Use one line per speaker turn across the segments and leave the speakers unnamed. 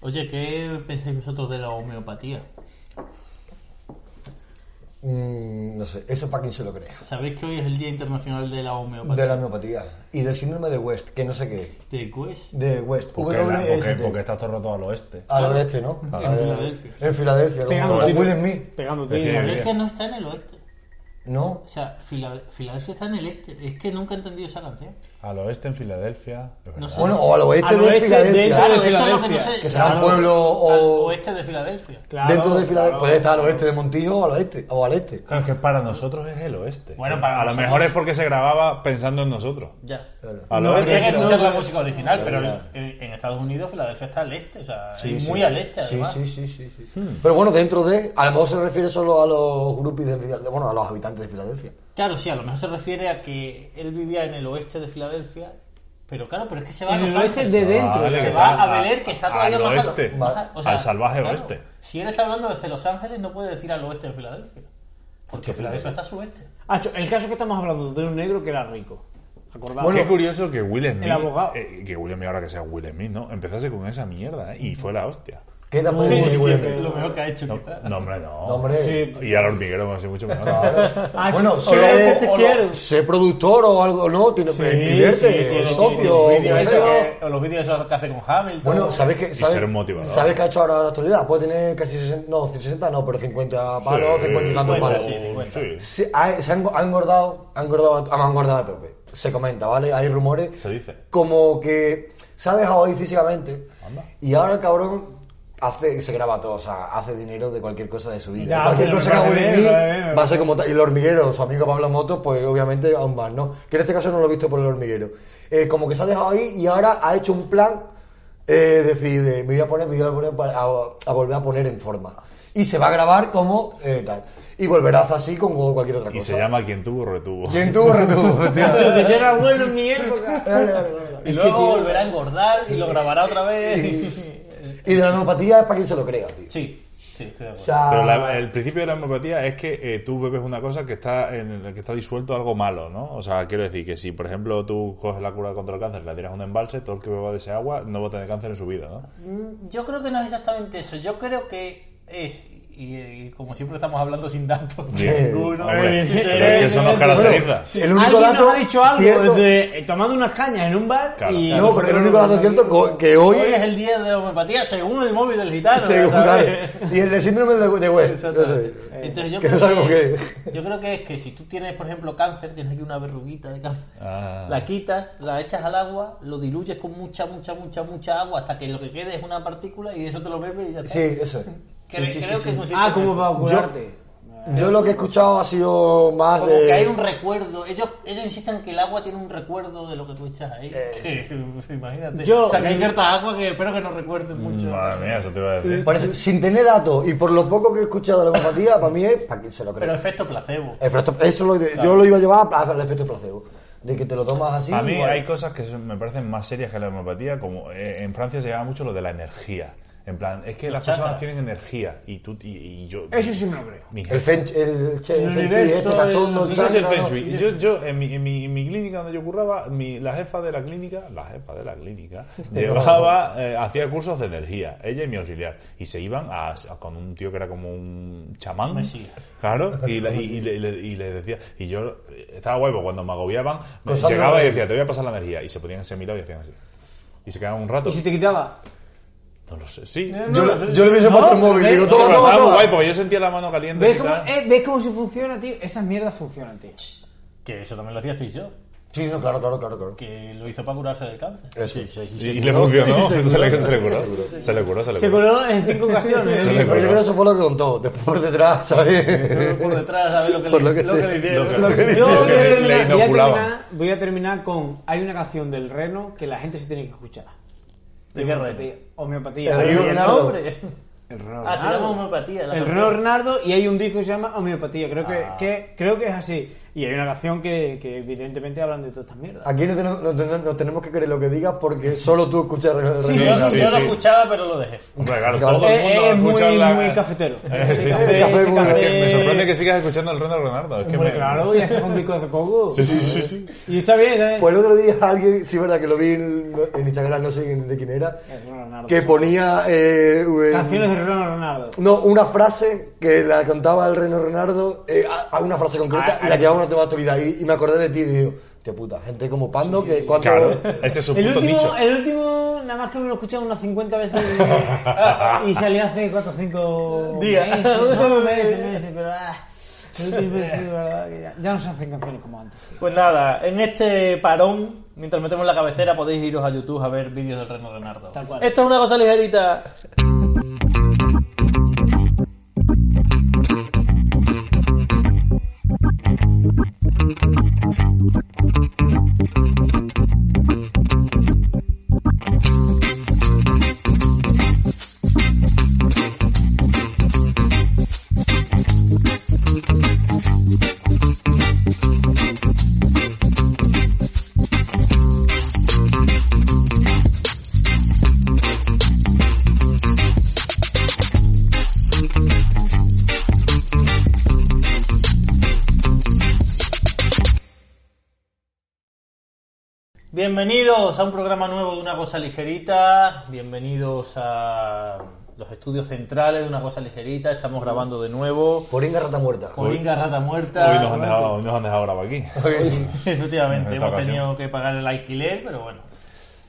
Oye, ¿qué pensáis vosotros de la homeopatía?
Mm, no sé, eso para quien se lo crea.
¿Sabéis que hoy es el Día Internacional de la
De
Homeopatía?
la homeopatía. Y del síndrome de West, que no sé qué.
¿De Quest?
De West.
Porque, la- porque-
WST.
porque está todo el rato al oeste.
Al oeste, este, ¿no?
En
Al-
Filadelfia.
En Filadelfia, como
Pegando
como Will
tiros.
Smith.
Pegando ¿eh?
Decía
tiros.
yo.
Filadelfia no está en el oeste.
¿No?
O sea, Fila- Filadelfia está en el este. Es que nunca he entendido esa canción.
Al oeste en Filadelfia. es verdad.
No sé.
Bueno, o al oeste
Al
de
oeste de-
Filadelfia.
Claro,
eso es lo que no
Filadelfia.
sé.
Que será un
Al-
pueblo o-
al oeste de Filadelfia.
Claro,
Dentro de Filadelfia.
claro.
Puede estar al oeste de Montillo o al oeste. O al este.
Claro, es que para nosotros es el oeste.
Bueno, para
a lo
nosotros-
mejor es porque se grababa pensando en nosotros.
Ya.
Claro.
Al
No,
oeste.
habría que escuchar la música original,
no,
pero
no.
en, en Estados Unidos Filadelfia está al este, o sea,
Sí,
es
sí.
muy al este
Sí,
además.
sí, sí, sí, sí. Pero bueno, dentro de... A lo mejor se refiere solo a los grupos de Filadelfia. Bueno, a los habitantes de Filadelfia.
Claro, sí, a lo mejor se refiere a que él vivía en el oeste de Filadelfia, pero claro, pero es que se va a
En el
Los
oeste
Ángeles.
de dentro.
Vale,
se
Ah, que
va
tal,
a Belén, que está todavía
al
más al-
oeste.
más al-
al salvaje oeste.
Si él está hablando desde Los Ángeles, no puede decir al oeste de Filadelfia. Porque
Hostia,
Filadelfia está
fíjate.
a su oeste.
Acho, el caso es que estamos hablando de un negro que era rico. ¿Acordado?
Qué curioso que Will Smith.
El abogado.
eh, que Will Smith, ahora que sea Will Smith, ¿no? Empezase con esa mierda, ¿eh? Y fue la hostia.
Queda muy
Sí,
muy
sí,
bueno.
sí.
lo mejor que ha hecho, quizás.
No, hombre, no.
No, hombre.
Sí.
Y al hormiguero me hace mucho mejor.
Ah,
Bueno,
o
sé,
la de este
o lo-
quiero.
sé productor o algo, ¿no? Tiene, que
sí,
divierte,
tiene- tiene
este, socio,
Los
o
vídeos
sea.
esos que- o los vídeos esos que hace con Hamilton.
Bueno, ¿sabes qué?
Y
¿sabes,
ser un motivador.
¿Sabes qué ha hecho ahora en la actualidad? Puede tener casi 60, no, 60 no, pero 50 palos, 50 y tantos
bueno,
palos.
sí, cincuenta.
Sí.
Se, ha, se han- ha engordado, ha engordado, a- ha engordado a tope. Se comenta, ¿vale? Hay rumores.
Se dice.
Como que se ha dejado ahí físicamente.
Anda.
Y ahora el cabrón hace, se graba todo, o sea, hace dinero de cualquier cosa de su vida.
Ya,
cualquier
pero
cosa
me
que haga
parece
Will Smith
bien, me
eh,
parece bien.
va a ser como tal. Y el hormiguero, su amigo Pablo Motos, pues obviamente aún más, ¿no? Que en este caso no lo he visto por el hormiguero. Eh, como que se ha dejado ahí y ahora ha hecho un plan, eh, decide, me voy a poner, me voy a, poner para- a- a volver a poner en forma. Y se va a grabar como eh, tal. Y volverás así con cualquier otra cosa.
Y se llama Quien tuvo, retuvo.
¿Quién tuvo retuvo?
Acho, que yo era bueno en mi época.
Y luego volverá a engordar y lo grabará otra vez.
Y de la homeopatía es para quien se lo crea, tío.
sí, sí, estoy de acuerdo.
O sea,
Pero la- eh, el principio de la homeopatía es que eh, tú bebes una cosa que está en el que está disuelto algo malo, ¿no? O sea, quiero decir que si, por ejemplo, tú coges la cura contra el cáncer, la tiras a un embalse, todo el que beba de ese agua no va a tener cáncer en su vida, ¿no?
Mm, Yo creo que no es exactamente eso. Yo creo que es, y, y como siempre estamos hablando sin datos
Bien.
ninguno.
Ah,
Hombre,
Eh,
pero es que eso nos
eh,
caracteriza.
el único
Alguien
dato
nos ha dicho algo
cierto-
de eh, tomando unas cañas en un bar
Claro.
y
No, pero el único dato cierto co- que
eh, Hoy
hoy
es el día de la homeopatía según el móvil del gitano.
según-
¿sabes?
Y el de síndrome de, de West. No sé.
Exactamente. Entonces yo
Que
creo
es algo
que,
que-
yo creo que es que si tú tienes, por ejemplo, cáncer, tienes aquí una verruguita de cáncer,
Ah.
la quitas, la echas al agua, lo diluyes con mucha, mucha, mucha, mucha agua hasta que lo que quede es una partícula y de eso te lo bebes y ya está.
Sí, eso es.
Cre-
Sí, sí,
creo
sí,
que
sí.
consiste
Ah,
en
como
eso.
para curarte.
Yo lo que he escuchado ha sido más
Como
de.
que hay un recuerdo. Ellos, ellos insisten en que el agua tiene un recuerdo de lo que tú echas ahí. Que- pues, imagínate.
Yo-
o sea, que hay ciertas aguas que espero que no recuerden mucho.
Madre mía, eso te iba a decir.
Por eso, sin tener datos y por lo poco que he escuchado de la homeopatía, para mí es para quien se lo
Pero
crea.
efecto placebo.
Efecto- eso lo- Yo lo iba a llevar al efecto placebo. De que te lo tomas así.
a mí
igual.
hay cosas que son- me parecen más serias que la homeopatía, como eh, en Francia se llama mucho lo de la energía. En plan, es que las
chakras.
personas tienen energía y tú y, y yo.
Eso sí me lo creo.
mi
El
jefe-
feng, el, che- el feng shui,
El universo,
esto cachondo,
el-
Eso este es el
chakra,
feng
¿no?
shui. Yo, yo en, mi, en, mi, en mi clínica donde yo curraba, mi- la jefa de la clínica, la jefa de la clínica, llevaba, eh, hacía cursos de energía, ella y mi auxiliar, y se iban a, a- con un tío que era como un chamán,
Mesías.
claro, y, la- y- y le, y le- y le decía, y yo eh, estaba guay, porque cuando me agobiaban, me
Gozando
llegaba
de-
y decía, te voy a pasar la energía, y se ponían así a mi lado y hacían así. Y se quedaban un rato.
¿Y si te quitaba?
No lo sé, sí.
Yo, le- yo le hubiese puesto el móvil,
pero
digo,
es-
Pero
toma,
no,
toma,
estaba muy
toma.
guay, porque yo sentía la mano caliente.
¿Ves
y
cómo,
tal.
eh, ¿Ves cómo se funciona, tío? Esas mierdas funcionan, tío.
Que eso también lo hacía Steve Jobs.
Sí, no, claro, claro, claro. claro.
Que lo hizo para curarse del cáncer.
Eso.
Y, y le funcionó, se, le, se le curó. Se le curó, se le
Se
curó.
coló en cinco ocasiones.
Sí,
¿eh?
le
Pero yo creo que eso fue lo que contó. Después por detrás, ¿sabes?
Por detrás, a ver lo que,
Por
le,
lo que
lo que
sí.
le hicieron.
Lo que-
Yo voy a,
Le- le
terminar, voy a
inoculaban.
terminar- voy a terminar con. Hay una canción del reno que la gente se tiene que escuchar.
¿De qué
homeopatía-
reno?
Homeopatía.
El
Hay un-
reno.
nombre.
El
Ah, se llama homeopatía. la
El
canción.
Ah.
reno Bernardo y hay un disco que se llama Homeopatía. Creo que, que- creo que es así. Y hay una canción que, que evidentemente hablan de todas estas
Ah,
mierdas.
Aquí no tenemos, no tenemos- no tenemos que creer lo que digas porque solo tú escuchas el
Sí,
Sí,
yo,
sí,
yo lo
sí.
escuchaba, pero lo dejé.
Hombre, claro,
Claro.
todo el
Eh,
mundo
eh, es muy-
escucha la-
muy cafetero.
Eh, sí, sí,
Ese
café,
sí.
ese
Es que
café.
Me sorprende que sigas escuchando el Renato Leonardo. Es que
Hombre,
me-
claro, ya saca un disco de Coco.
Sí, sí, sí, sí.
Y está bien, ¿eh?
Pues el otro día alguien, sí, verdad que lo vi en, en Instagram, no sé de quién era,
Es Ronaldo.
que ponía. eh, en-
Canciones de Ronaldo Ronaldo.
No, una frase que la contaba el Reno Renardo, eh, a, a una frase concreta
Ah,
y la
ah,
llevaba a una tema de actualidad. Y, y me acordé de ti y digo, tío puta, gente como Pando, que cuánto.
Claro, ese es su
El
puto nicho.
último, el último, nada más que me lo he escuchado unas 50 veces y, y salió hace 4 o 5
Días.
meses, no, meses, meses, pero ah, el último es de verdad que ya, ya no se hacen canciones como antes.
Pues nada, en este parón, mientras metemos la cabecera, podéis iros a YouTube a ver vídeos del Reno Renardo.
Tal cual.
Esto es una cosa ligerita. Bienvenidos a un programa nuevo de Una Cosa Ligerita. Bienvenidos a los estudios centrales de Una Cosa Ligerita. Estamos grabando de nuevo.
Por Inga Rata Muerta.
Coringa Rata
Hoy nos han
Muerta.
dejado, hoy nos han dejado grabar aquí.
Efectivamente,
En
hemos
esta ocasión.
tenido que pagar el alquiler, pero bueno.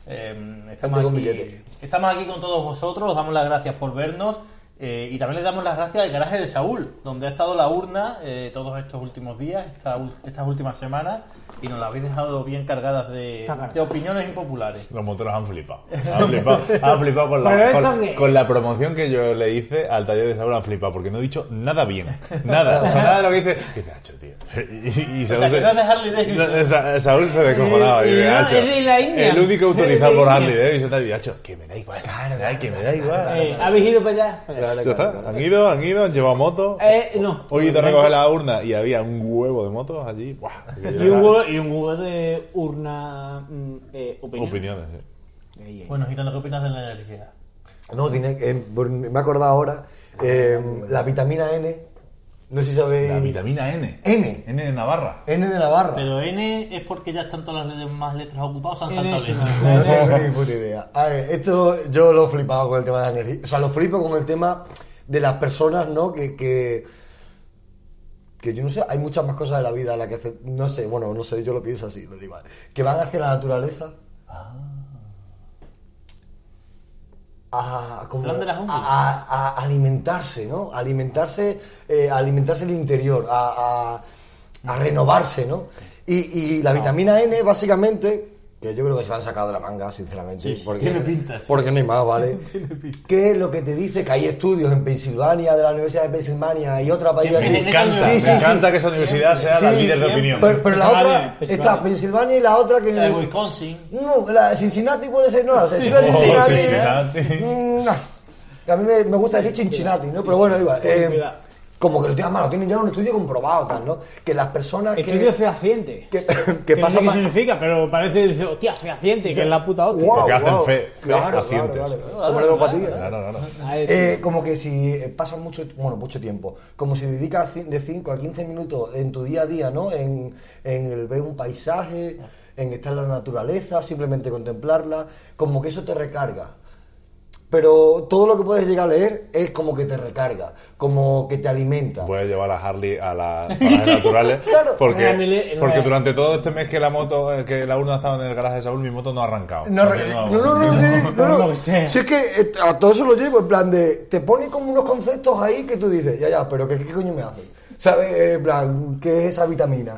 Eh, estamos,
Gente con
aquí,
billete.
estamos aquí con todos vosotros, os damos las gracias por vernos eh, y también les damos las gracias al garaje de Saúl, donde ha estado la urna eh, todos estos últimos días, esta ul- estas últimas semanas, y nos la habéis dejado bien cargadas de,
Está cargada.
de opiniones impopulares.
Los motores han flipado. Han flipado, han flipado con,
Pero
la,
esto
con,
qué.
con la promoción que yo le hice al taller de Saúl. Han flipado porque no he dicho nada bien. Nada. O sea, nada de lo que dice. Y dice, "Acho, tío. Y, y
O sea, que no es de Harley
No,
Davidson.
eh, Sa- Saúl se descojonaba.
Y-
Y,
y
dice,
no,
"Acho,
es de la India".
El único
Es
autorizado
de
por
India.
Harley Davidson. tal, Y dice, "Acho, que me da igual. Ay, que me da igual.
Eh, ¿Habéis ido para allá? Para allá.
Claro,
Ya
claro,
está.
claro.
Han ido, han ido, han llevado motos.
Eh, no.
Hoy he ido a recoger la urna y había un huevo de motos allí. Buah,
Y un huevo, y un huevo de urna mm, eh, opinión.
Opiniones. sí.
Ahí, ahí.
Bueno, Gitano, ¿qué opinas de la energía?
No, tiene, eh, por- me he acordado ahora, eh, la vitamina N, no sé si
Eh.
sabéis.
La vitamina N.
N.
N de Navarra.
N de la barra.
Pero N es porque ya están todas las letras- más letras ocupadas, o se han
N es
saltado
una-
N.
No tengo ni puta idea. A ver, esto yo lo he flipado con el tema de la energía. O sea, lo flipo con el tema de las personas, ¿no? Que, que, que yo no sé, hay muchas más cosas de la vida a las que hace- no sé, bueno, no sé, yo lo pienso así, lo digo. Que van hacia la naturaleza. A, como-
Flan de las
a,
uvas.
a- a alimentarse, ¿no? A alimentarse, eh, a alimentarse el interior, a, a- a renovarse, ¿no? Y, y la vitamina N, básicamente, que yo creo que se la han sacado de la manga, sinceramente.
Sí, sí, tiene pinta, sí.
Porque no hay más, ¿vale? ¿Qué es lo que te dice? Que hay estudios en Pensilvania, de la Universidad de Pensilvania y otra país
Siempre
así.
Me
en esa
encanta,
universidad.
me
Sí, sí,
encanta que esa universidad sea la
Sí,
líder de
siempre.
opinión. pues
Pero, pero la
Pensilvania,
otra
Pensilvania.
está Pensilvania y la otra que...
La de Wisconsin.
No, la Cincinnati puede ser, no, la Cincinnati.
Oh,
Cincinnati,
Cincinnati.
mm, no. A mí me, me gusta decir Cincinnati, ¿no? Pero bueno, igual. eh,
cuidado.
como que lo tienen malo, tienen ya un estudio comprobado, tal, ¿no? Que las personas que,
Estudio fehaciente.
que,
Que
que
no sé
pasan
qué
más...
significa, pero parece, dice, hostia, fehaciente, que es la puta hostia.
Guau,
Porque hacen
guau.
fe- fe
claro,
pacientes.
Claro, claro, Como la homeopatía.
Claro, claro.
A ver,
Eh, como que si eh, pasas mucho, bueno, mucho tiempo, como si dedicas cin- de 5 a 15 minutos en tu día a día, ¿no? En, en el ver un paisaje, en estar en la naturaleza, simplemente contemplarla, como que eso te recarga. Pero todo lo que puedes llegar a leer es como que te recarga, como que te alimenta.
Voy a llevar a Harley a la- a las naturales.
Claro.
Venga, Mili,
Porque,
no
porque
vaya.
durante todo este mes que la moto, eh, que la urna estaba en el garaje de Saúl, mi moto no ha arrancado.
No, re- no, no, no, sí, no, no.
No lo sé.
Si es que eh, a todo eso lo llevo, en plan de. Te pone como unos conceptos ahí que tú dices, ya, ya, pero ¿qué, qué coño me hace? ¿Sabes? Eh, En plan, ¿qué es esa vitamina?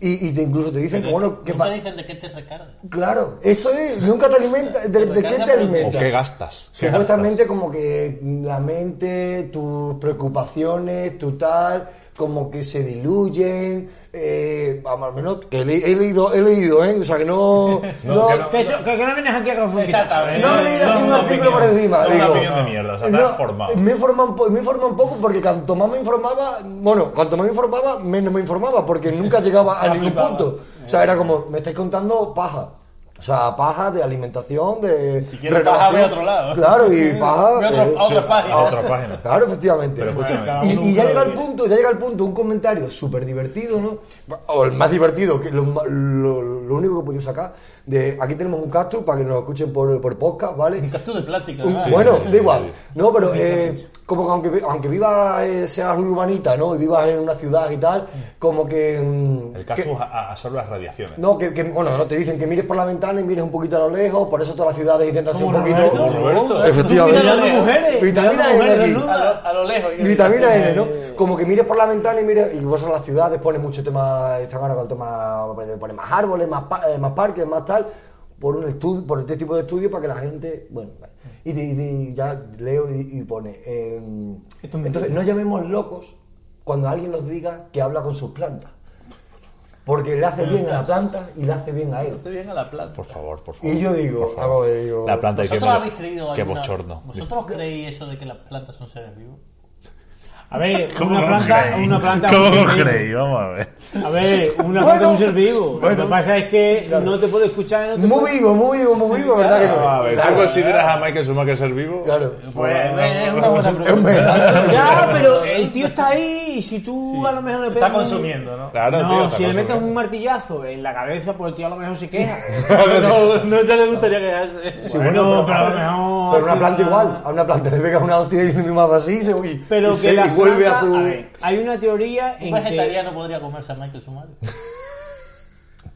Y, y te, incluso te dicen, que, bueno, que
Nunca
pa-
dicen de qué Eh. te recarga.
Claro, eso es, nunca te alimenta. ¿De, de qué
recarga,
te
pero
¿O
alimenta?
qué gastas? ¿Qué
Supuestamente como que la mente, tus preocupaciones, tu tal, como que se diluyen, eh, vamos, al menos que he, le- he leído, he leído, ¿eh? O sea, que no...
No,
no-
que no-
Que, que- que no vienes aquí a confundir.
Exactamente.
no
Eh,
leí así
no,
un
no,
artículo por
opinión.
encima.
No,
digo,
una opinión de mierda, o sea, te has formado.
Me he informado, un po- me he informado un poco porque cuanto más me informaba, bueno, cuanto más me informaba, menos me informaba porque nunca llegaba a ningún
flipaba.
punto. O sea, era como, me estáis contando paja. O sea, paja de alimentación, de.
Si quieres paja,
renovación.
ve a otro lado.
Claro, y paja.
Ve a otro-
eh,
a otras páginas.
A otras páginas.
Claro, efectivamente.
Pero escúchame,
Y-
cada
uno
y, ya
busca
llega
lo
el
que
punto, ya llega el punto, un comentario súper divertido, ¿no? O el más divertido, que lo, ma- lo- lo único que he podido sacar. De, aquí tenemos un cactus para que nos lo escuchen por, por podcast, ¿vale?
Un cactus de plástico.
Un-
además.
bueno,
Ah, sí, sí,
da
sí,
igual.
sí.
No, pero eh, como que aunque, vi- aunque viva, eh, seas urbanita, ¿no? Y vivas en una ciudad y tal, como que... mm,
El
que-
cactus a- a- absorbe las radiaciones.
no, que, que, bueno, no te dicen que mires por la ventana y mires un poquito a lo lejos, por eso todas las ciudades intentan ser un
Como
poquito...
Roberto,
Como Roberto.
Efectivamente.
Mirando mujeres.
Vitamina
mirando
N,
mujeres
aquí.
A
desnudas.
lo, a lo lejos. y-
Vitamina N, ¿no? Como que mires por la ventana y mires, y vos en las ciudades pones mucho tema, están ahora con el tema, pones más árboles, más, pa- eh, más parques, más tal, por un estudio, por este tipo de estudio para que la gente, bueno, vale. y, te- y te- ya leo y, y pone, eh,
Esto es
entonces no llamemos locos cuando alguien nos diga que habla con sus plantas, porque le hace bien a la planta y le hace bien a él.
Te viene a la plata.
Por favor, por favor.
Y yo digo,
por favor.
hago- digo,
La planta
¿Vosotros
que,
habéis creído
Qué
alguna-
bochorno.
¿Vosotros creéis eso de que las plantas son seres vivos?
A ver, una planta, una planta. es un
¿Cómo
ser
lo
vivo.
creéis? Vamos a ver.
A ver, una planta es un ser vivo.
bueno.
Lo que pasa es que
Claro.
no te puedo escuchar. No te puedo-
muy vivo, muy vivo, muy vivo, ¿verdad que no?
Vamos a ver. ¿Tú
Claro,
consideras a Michael Schumacher ser vivo?
claro.
Pues es una buena
Es un
pregunta.
verdadero-
Ya, pero el tío está ahí y si tú a lo mejor le pegas.
Está
un-
consumiendo, ¿no?
Claro,
no,
tío, está
si le metes
consumiendo.
un martillazo en la cabeza, pues el tío a lo mejor se queja.
No, no ya le gustaría que
Sí, bueno, pero,
Bueno, pero a lo mejor
pero una
hace
planta
una-
igual, a una planta le pegas una hostia y un mapa así y se, y,
Pero
y
que
se-
la
y vuelve a su...
planta- ver, hay una teoría
Un
en que
vegetariano podría comerse a Michael Schumacher.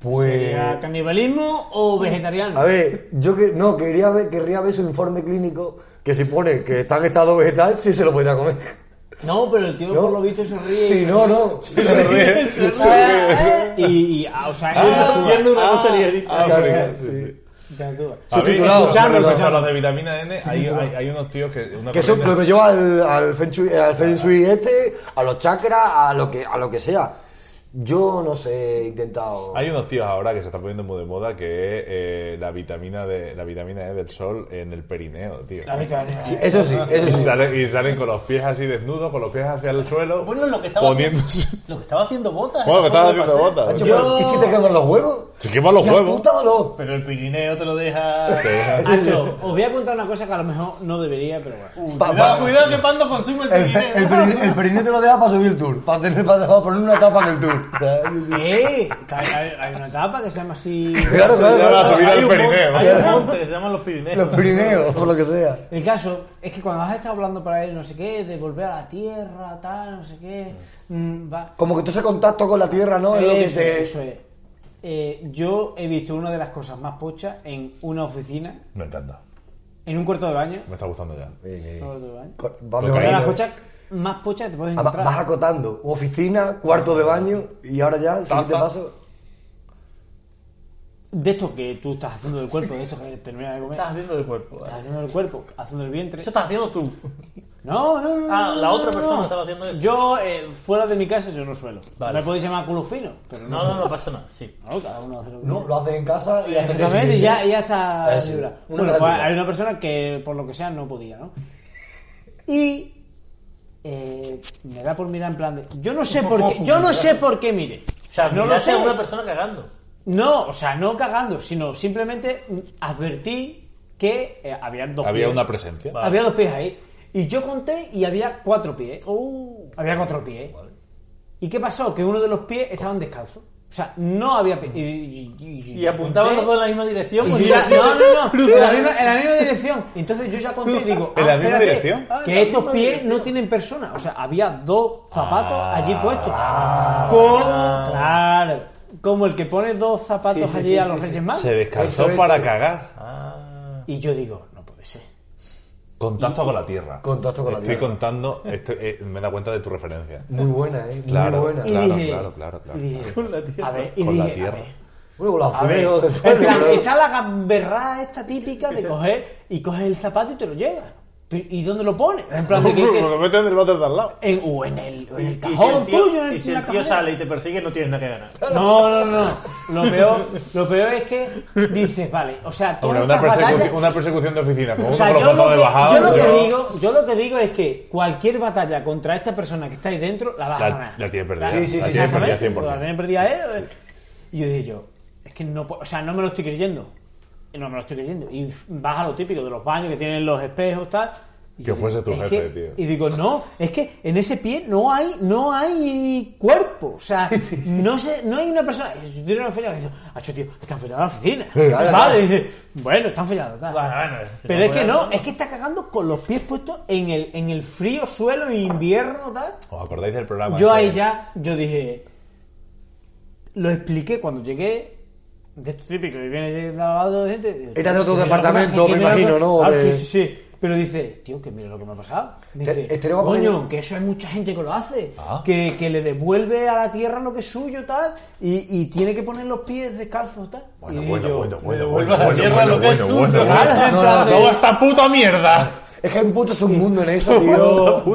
Pues...
¿Sería canibalismo o vegetariano.
A ver, yo que no, quería ver, querría ver su informe clínico que si pone que está en estado vegetal, sí se lo podría comer.
No, pero el tío
¿No?
por lo visto se ríe.
Sí, no, no.
Se ríe, se ríe.
Ah, Y, y, ah, o sea,
Ah,
él actúa.
una vocerierita.
Ah,
Claro,
porque-
sí.
sí, sí.
Ya actúa.
Habéis
Subtitulado.
escuchado
Subtitulado.
respecto a los de vitamina N, hay, hay, hay unos tíos que... Una
Que eso
corriente-
lo que lleva al, al, feng shui, al feng shui este, a los chakras, a lo que, a lo que sea. Yo no sé, he intentado...
Hay unos tíos ahora que se está poniendo muy de moda que es eh, la vitamina de la vitamina E del sol en el perineo, tío.
La vegetariana.
Sí, Eso sí,
Y
eso sí.
salen, y salen con los pies así desnudos, con los pies hacia el suelo,
Bueno, lo que estaba
poniéndose...
Lo que estaba haciendo botas.
Bueno, que estaba haciendo
botas.
botas.
Macho,
tío.
pero ¿Y si te queman los huevos?
Se queman los
Ya,
huevos.
apúntalo.
Pero el Pirineo te lo deja.
Te deja-
Nacho, os voy a contar una cosa que a lo mejor no debería, pero bueno.
Uh,
Pa-
cuidado,
pa-
cuidado que Pando consume el
El,
Pirineo.
el, peri- el perineo te lo deja para subir el tour, para, tener, para, para poner una tapa en el tour.
Eh, que hay, hay- hay una etapa que se llama así.
Claro, claro,
Ya va a
claro.
subir
Hay
al
un monte-
perineo.
Hay un monte que se llaman los Pirineos.
Los perineos, por lo que sea.
El caso es que cuando has estado hablando para él, no sé qué, de volver a la tierra, tal, no sé qué, mm, va.
Como que tú ese contacto con la tierra, ¿no? Es lo que
Eso,
te-
eso es. Eh, yo he visto una de las cosas más pochas en una oficina,
Me encanta.
en un cuarto de baño.
Me está gustando ya.
Cuarto de baño.
Con- va
Toca
Una de
mejorando,
las
¿eh?
cosas más pochas que te puedes
Ah, va-
encontrar.
Vas acotando. Oficina, cuarto de baño y ahora ya, el siguiente
Taza.
paso.
De esto que tú estás haciendo del cuerpo, de esto que terminas de comer.
Estás haciendo del cuerpo.
Estás
¿vale?
haciendo del cuerpo, haciendo el vientre.
Eso estás haciendo tú.
No, no, no.
Ah,
no,
la
no,
otra
no,
persona
no.
estaba haciendo eso.
Yo, eh, fuera de mi casa, yo no suelo.
Vale.
Me podéis llamar culo fino, pero no.
No, no, no pasa nada. Sí.
No, cada uno hace lo que
No,
quiere.
lo haces en casa y hasta el día
Exactamente, y
siguiente.
ya, ya está
Eso,
librado.
una
Bueno,
gran
pues
liga.
hay una persona que, por lo que sea, no podía, ¿no? Y eh, me da por mirar en plan de... Yo no sé por qué, yo no sé por qué mire.
O sea,
no
no
lo
lo
sé.
a una persona cagando.
No, o sea, no cagando, sino simplemente advertí que eh, había dos
Había
pies.
una presencia.
Vale.
Había dos pies ahí. Y yo conté y había cuatro pies. Había cuatro pies. ¿Y qué pasó? Que uno de los pies estaban descalzos. O sea, no había pies. Y, y- y-
Y apuntaban los dos en la misma dirección.
y
pues,
yo ya-
tío,
no, no, no, en la, misma, en la misma dirección. Y Entonces yo ya conté y digo,
¿En
ah,
la misma
espérate,
dirección?
Ah, en
Que
la
estos
misma
pies
dirección.
no tienen persona. O sea, había dos zapatos
Ah.
allí puestos.
Ah.
Como, claro, como el que pone dos zapatos
Sí, sí,
allí
sí,
a
sí,
los
sí.
Reyes Magos.
Se descansó
Eso es.
para cagar.
Ah.
Y yo digo, no puede ser.
Contacto con la tierra.
Contacto con la
Estoy
tierra.
contando, estoy- eh, me da cuenta de tu referencia.
Muy buena, ¿eh?
Claro.
Muy buena.
Y
Claro,
dije-
claro, claro, claro.
y dije,
Con la tierra.
A ver, y
Con la
dije, a
tierra.
ver.
Luego los
ver,
azulejos del
En
suelo,
plan,
pero-
está la gamberrada esta típica de coger y coges el zapato y te lo llevas. Pero, ¿Y dónde lo pone? En plan, de que- que-
Lo meten en el váter de al lado.
en, o en el, en el
Y si
cajón
el tío,
tuyo, en
y si
la
el tío
cajonera.
sale y te persigue, no tienes nada que ganar.
No, no, no. Lo peor, lo peor es que dices, vale, o sea, todas
Hombre, una,
estas
persecución-
batallas-
una persecución de oficina. Con
O sea,
uno con
yo
los
lo,
brazos
que,
de bajado.
yo lo que
yo-
digo, yo lo que digo es que cualquier batalla contra esta persona que está ahí dentro la vas a
La-
ganar.
la tiene perdida.
Sí, sí, sí,
La
sí,
tiene perdida
100%.
La tiene perdida él. Y yo dije yo, es que no, po- o sea, no me lo estoy creyendo. Y No me lo estoy creyendo. Y vas a lo típico de los baños que tienen los espejos, tal. Y
Que
yo
fuese tu
es
jefe,
que-
tío.
Y digo, no, es que en ese pie no hay, no hay cuerpo. O sea, no sé, no hay una persona. Y Yo tiro una follada y digo, "Acho, tío, están follando en la oficina.
claro,
vale,
claro.
y dice, bueno, están follando, tal.
Bueno, bueno, se
Pero
lo
es que
voy a-
no, es que está cagando con los pies puestos en el, en el frío suelo en invierno, tal.
¿Os acordáis del programa?
Yo
este?
ahí ya, yo dije, lo expliqué cuando llegué, de esto típico, que viene lavado de gente.
Era de otro
que mira lo que me-
departamento,
que
me
mira lo que-
imagino, ¿no?
Ah,
De-
sí, sí, sí. Pero dice, tío, que mira lo que me ha pasado. Me
Te- este
dice,
estaremos
coño,
comiendo-
que eso hay mucha gente que lo hace.
Ah.
Que, que le devuelve a la tierra lo que es suyo, tal, y, y tiene que poner los pies descalzos, tal.
Bueno,
Y
bueno,
yo,
bueno, bueno,
vuelvo
bueno,
a la tierra
bueno,
lo que es
bueno,
suyo,
bueno,
claro,
bueno.
en plan de-
Toda esta puta mierda.
Es que hay un puto submundo en eso, tío.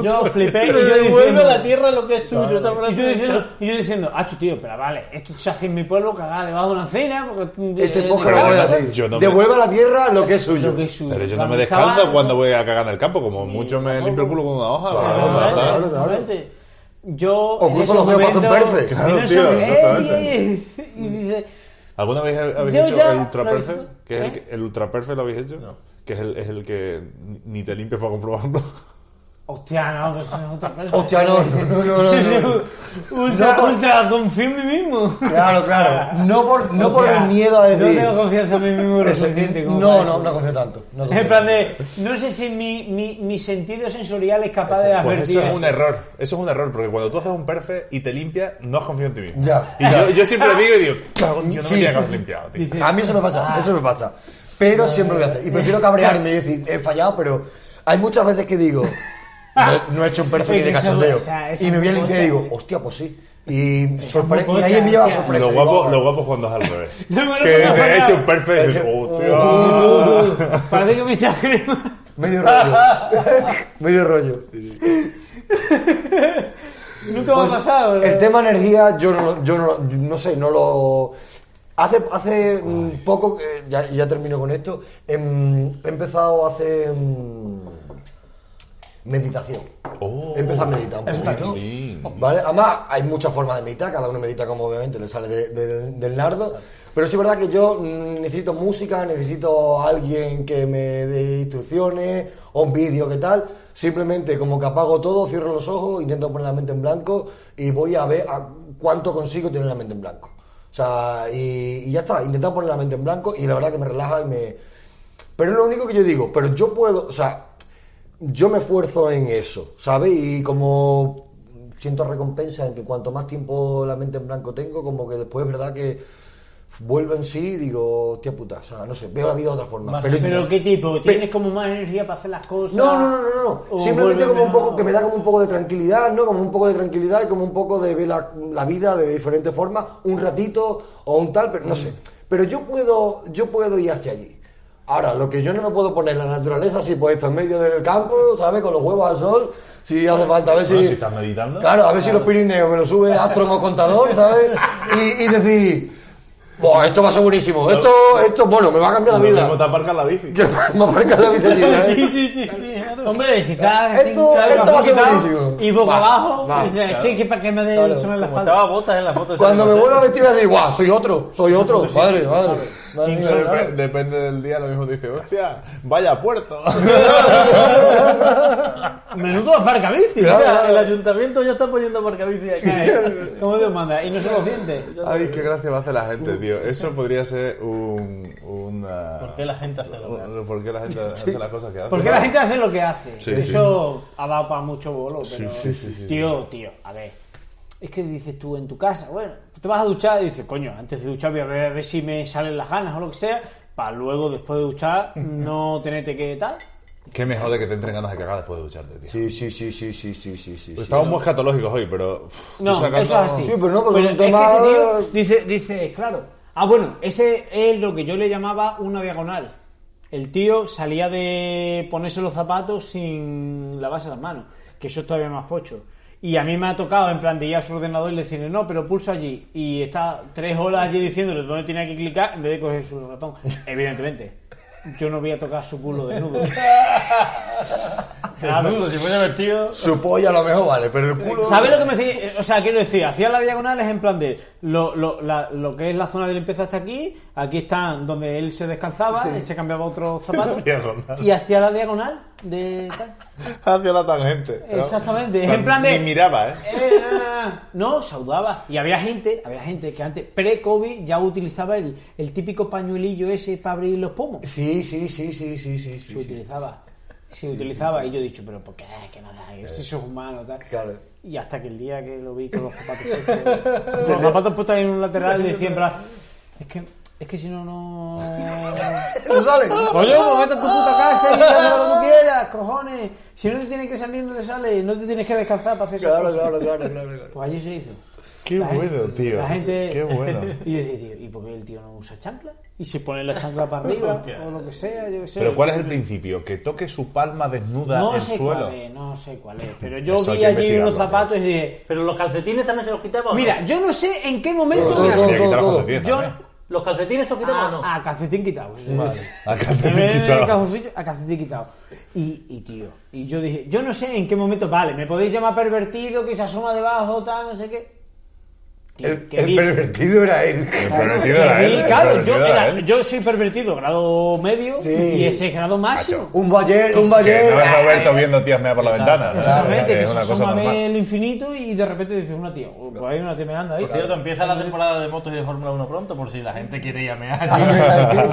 Yo, yo flipé y
Pero
yo
devuelve
diciendo,
a la tierra lo que es suyo. esa
y yo
frase.
diciendo, y yo diciendo, "Acho, tío, pero vale, esto se hace en mi pueblo cagada debajo de una cena, porque
Este podcast
Pero
eh,
lo voy a
yo no-
decir.
yo no me-
Devuelve a la tierra lo que es
lo
suyo.
que es suyo".
Pero yo no
Cuando
me
estaba-
descanso cuando voy a cagar en el campo. Como mucho me limpio el culo con una hoja.
Claro,
pero
claro,
nada.
claro.
Exactamente, exactamente. Yo
O
en
cruzo
esos
los dedos para hacer un
momentos-
perfect.
Claro,
en
tío,
esos- ey,
exactamente.
ey, ey, y dice,
¿Alguna vez habéis
Yo
hecho
ya
el
lo
ultraperfe?
hice.
¿Qué es el,
¿Eh?
que- el ultraperfe lo habéis hecho? Que es el, es el que ni te limpias para comprobarlo.
hostia, no, pues es otra persona.
Hostia, no, no, no, no, no,
Sí, sí,
no.
ultra,
No,
ultra, confío en mí mismo.
Claro, claro. No por, no por el
Hostia,
miedo a decir.
No tengo confianza en mí mismo lo
Eso-
suficiente como para
no, no,
eso.
no confío tanto. No confío
En plan de, no sé si mi, mi, mi sentido sensorial es capaz de
Pues
advertir
eso es
eso.
un error. Eso es un error, porque cuando tú haces un perfe y te limpias, no has confiado en ti mismo.
Ya.
Y yo, yo siempre digo y digo, claro, no
Sí.
me tenía que haber limpiado, tío.
tanto. A mí eso me pasa,
"Ah,
eso me pasa. Pero siempre lo voy a hacer. Y prefiero cabrearme y decir, he fallado, pero hay muchas veces que digo, no, no he hecho un perfecto
Es
ni de
que esa-
cachondeo.
esa- esa
y me voy a
es muy
limpiar y digo,
pocha.
hostia, pues sí. Y, sorpre-
muy
y ahí
pocha,
me lleva
hostia.
sorpresa.
Lo
Digo,
guapo,
"Ah".
lo guapo es cuando es al revés.
No, no, no,
que
no, no,
te he hecho
no.
un perfe y dices, "Oh,
uh,
hostia.
Parece que me echa crema.
Medio rollo. Medio rollo.
Nunca me ha pasado. ¿no?
Pues, El tema energía, yo no, lo- yo no, lo- yo no sé, no lo... Hace, hace mm, poco, eh, ya, ya termino con esto, em, he empezado a hacer mm, meditación.
Oh.
he empezado uh, a meditar un
Eso está
poquito.
bien.
¿Vale? Además, hay muchas formas de meditar, cada uno medita como obviamente le sale de- de- del nardo. Pero sí es verdad que yo mm, necesito música, necesito alguien que me dé instrucciones, o un vídeo, que tal. Simplemente como que apago todo, cierro los ojos, intento poner la mente en blanco y voy a ver a cuánto consigo tener la mente en blanco. O sea, y, y ya está, intentar poner la mente en blanco y la verdad que me relaja y me... Pero es lo único que yo digo, pero yo puedo, o sea, yo me esfuerzo en eso, ¿sabes? Y como siento recompensa en que cuanto más tiempo la mente en blanco tengo, como que después es verdad que vuelvo en sí y digo, hostia puta, o sea, no sé, veo la vida de otra forma.
Más-
Pero,
Pero qué tipo,
Pe-
tienes como más energía para hacer las cosas.
no, no, no, no, no.
¿O
Simplemente
vuelves
como un poco,
mejor?
que me da como un poco de tranquilidad, ¿no? Como un poco de tranquilidad y como un poco de ver la, la vida de diferentes formas, un ratito o un tal, pero no sé. Pero yo puedo, yo puedo ir hacia allí. Ahora, lo que yo no me puedo poner la naturaleza, si pues esto en medio del campo, ¿sabes? Con los huevos al sol, si hace falta, a ver
Bueno,
si...
si estás meditando.
Claro, a ver si los Pirineos me lo sube Astro o Contador, ¿sabes? Y, y decir, "Buah, esto va a ser buenísimo, esto, esto, bueno, me va a cambiar la
Lo mismo te
vida.
aparcas la bici.
Que me aparca la bicicleta, ¿eh?
Sí, sí, sí, sí. claro.
Hombre, si estás
Esto-
sin claro,
esto va a ser
quitado
buenísimo.
Y boca
Va,
abajo,
va,
dices, ¿qué, qué, ¿para qué me dé
Claro,
el sol en la
Como
espalda?
estaba botas en la foto. esa
Cuando
que
me
pasé.
vuelva a vestir, voy a decir, guau, soy otro, soy otro, madre, madre. madre
Eso
mía,
dep-
claro.
Depende del día, lo mismo te dice, hostia, vaya puerto.
Menudo aparcabici.
Mira,
Claro,
el ayuntamiento ya está poniendo marcabici aquí.
Ay, ¿Cómo Dios manda? Y no se los dientes.
Ay, qué gracia me hace la gente, tío. Eso podría ser un. una-
¿Por qué la gente hace lo que hace?
un- ¿Por qué la gente hace las cosas que hace?
Porque la gente hace lo que hace.
Sí,
Eso ha dado para mucho bolo,
Sí,
pero.
sí, sí, sí,
tío, tío, a ver. Es que dices tú en tu casa, bueno, te vas a duchar y dices, coño, antes de duchar voy a ver, a ver si me salen las ganas o lo que sea, para luego, después de duchar, no tenerte que tal.
Qué me jode que te entren ganas de cagar después de ducharte, tío. Pues
Sí, sí, sí, sí, sí, sí, sí, sí. sí.
Estamos muy escatológicos hoy, pero. uff, tú
No, eso
sacando-
es así.
Sí, pero no, porque
Pero
es un
es
tema-
que este tío dice, dice, claro. Ah, bueno, ese es lo que yo le llamaba una diagonal. El tío salía de ponerse los zapatos sin lavarse las manos, que eso es todavía más pocho. Y a mí me ha tocado en plan de ir a su ordenador y le decirle, no, pero pulsa allí. Y está tres horas allí diciéndole dónde tenía que clicar en vez de coger su ratón. Evidentemente, yo no voy a tocar su culo desnudo.
Desnudo, si fuese vestido.
Su polla a lo mejor vale, pero el culo.
¿Sabes lo que me decía? O sea, quiero decir, hacía la diagonal es en plan de lo, lo, la- lo que es la zona de limpieza hasta aquí, aquí están donde él se descalzaba y se cambiaba otro zapato.
Diagonal.
y hacía la diagonal de tal.
Hacia la tangente. ¿no?
Exactamente,
O sea,
en plan de-
Ni miraba, ¿eh?
Eh, No, saudaba. Y había gente, había gente que antes, pre-COVID, ya utilizaba el, el típico pañuelillo ese para abrir los pomos.
Sí, sí, sí, sí, sí, sí. sí,
Se
sí.
utilizaba. Se utilizaba. Y yo he dicho, pero ¿por qué? Que nada,
Eh.
si sos humano, tal.
Claro.
Y hasta que el día que lo vi con los zapatos puestos, con los zapatos puestos ahí en un lateral, decía en plan, es que, es que si no, no.
¿No sale?
Coño, pues vete a tu puta casa y haz lo que tú quieras, cojones. Si no te tienes que salir, no te sales. No te tienes que descansar para hacer esas
Claro,
cosas.
claro, claro, claro. claro.
Pues allí se hizo.
Qué
La gente-
bueno, tío.
La gente...
Qué bueno.
Y yo decía, tío, ¿y por qué el tío no usa chancla? Y se pone la chancla para arriba
Hostia.
o lo que sea, yo qué sé.
Pero ¿cuál es el principio? Que toque su palma desnuda
No
el
sé
suelo.
cuál es, no sé cuál es. Pero yo
Eso hay
vi
que
allí unos
investigarlo,
zapatos y dije,
Pero los calcetines también se los quitaba. o no?
mira, yo no sé en qué momento...
Todo,
Se
todo,
le quita la
todo,
calcetín
yo...
¿Eh?
también.
¿Los calcetines se los quitaba o Ah, no?
A, a calcetín quitado. eso sí.
A calcetín
Eh,
quitado.
calzoncillo- A calcetín quitado. Y, y tío, y yo dije, yo no sé en qué momento, vale, me podéis llamar pervertido, que se asoma debajo, tal, no sé qué. Tío,
El,
que
el
vi-
pervertido era él.
El pervertido era él,
Sí,
el
claro,
pervertido
yo,
era
era-
él.
yo soy pervertido grado medio
Sí.
y ese es grado máximo.
Un Bayer, un
Que no es
Bayer.
Roberto viendo tías mea por la ventana. ¿verdad?
Exactamente,
Que
que
es
se
una cosa
asoma a ver
normal.
el infinito y de repente dices una tía, oh, pues hay una tía me anda ahí.
Por cierto, empieza la temporada de motos y de Fórmula 1 pronto, por si la gente quiere ir a mear.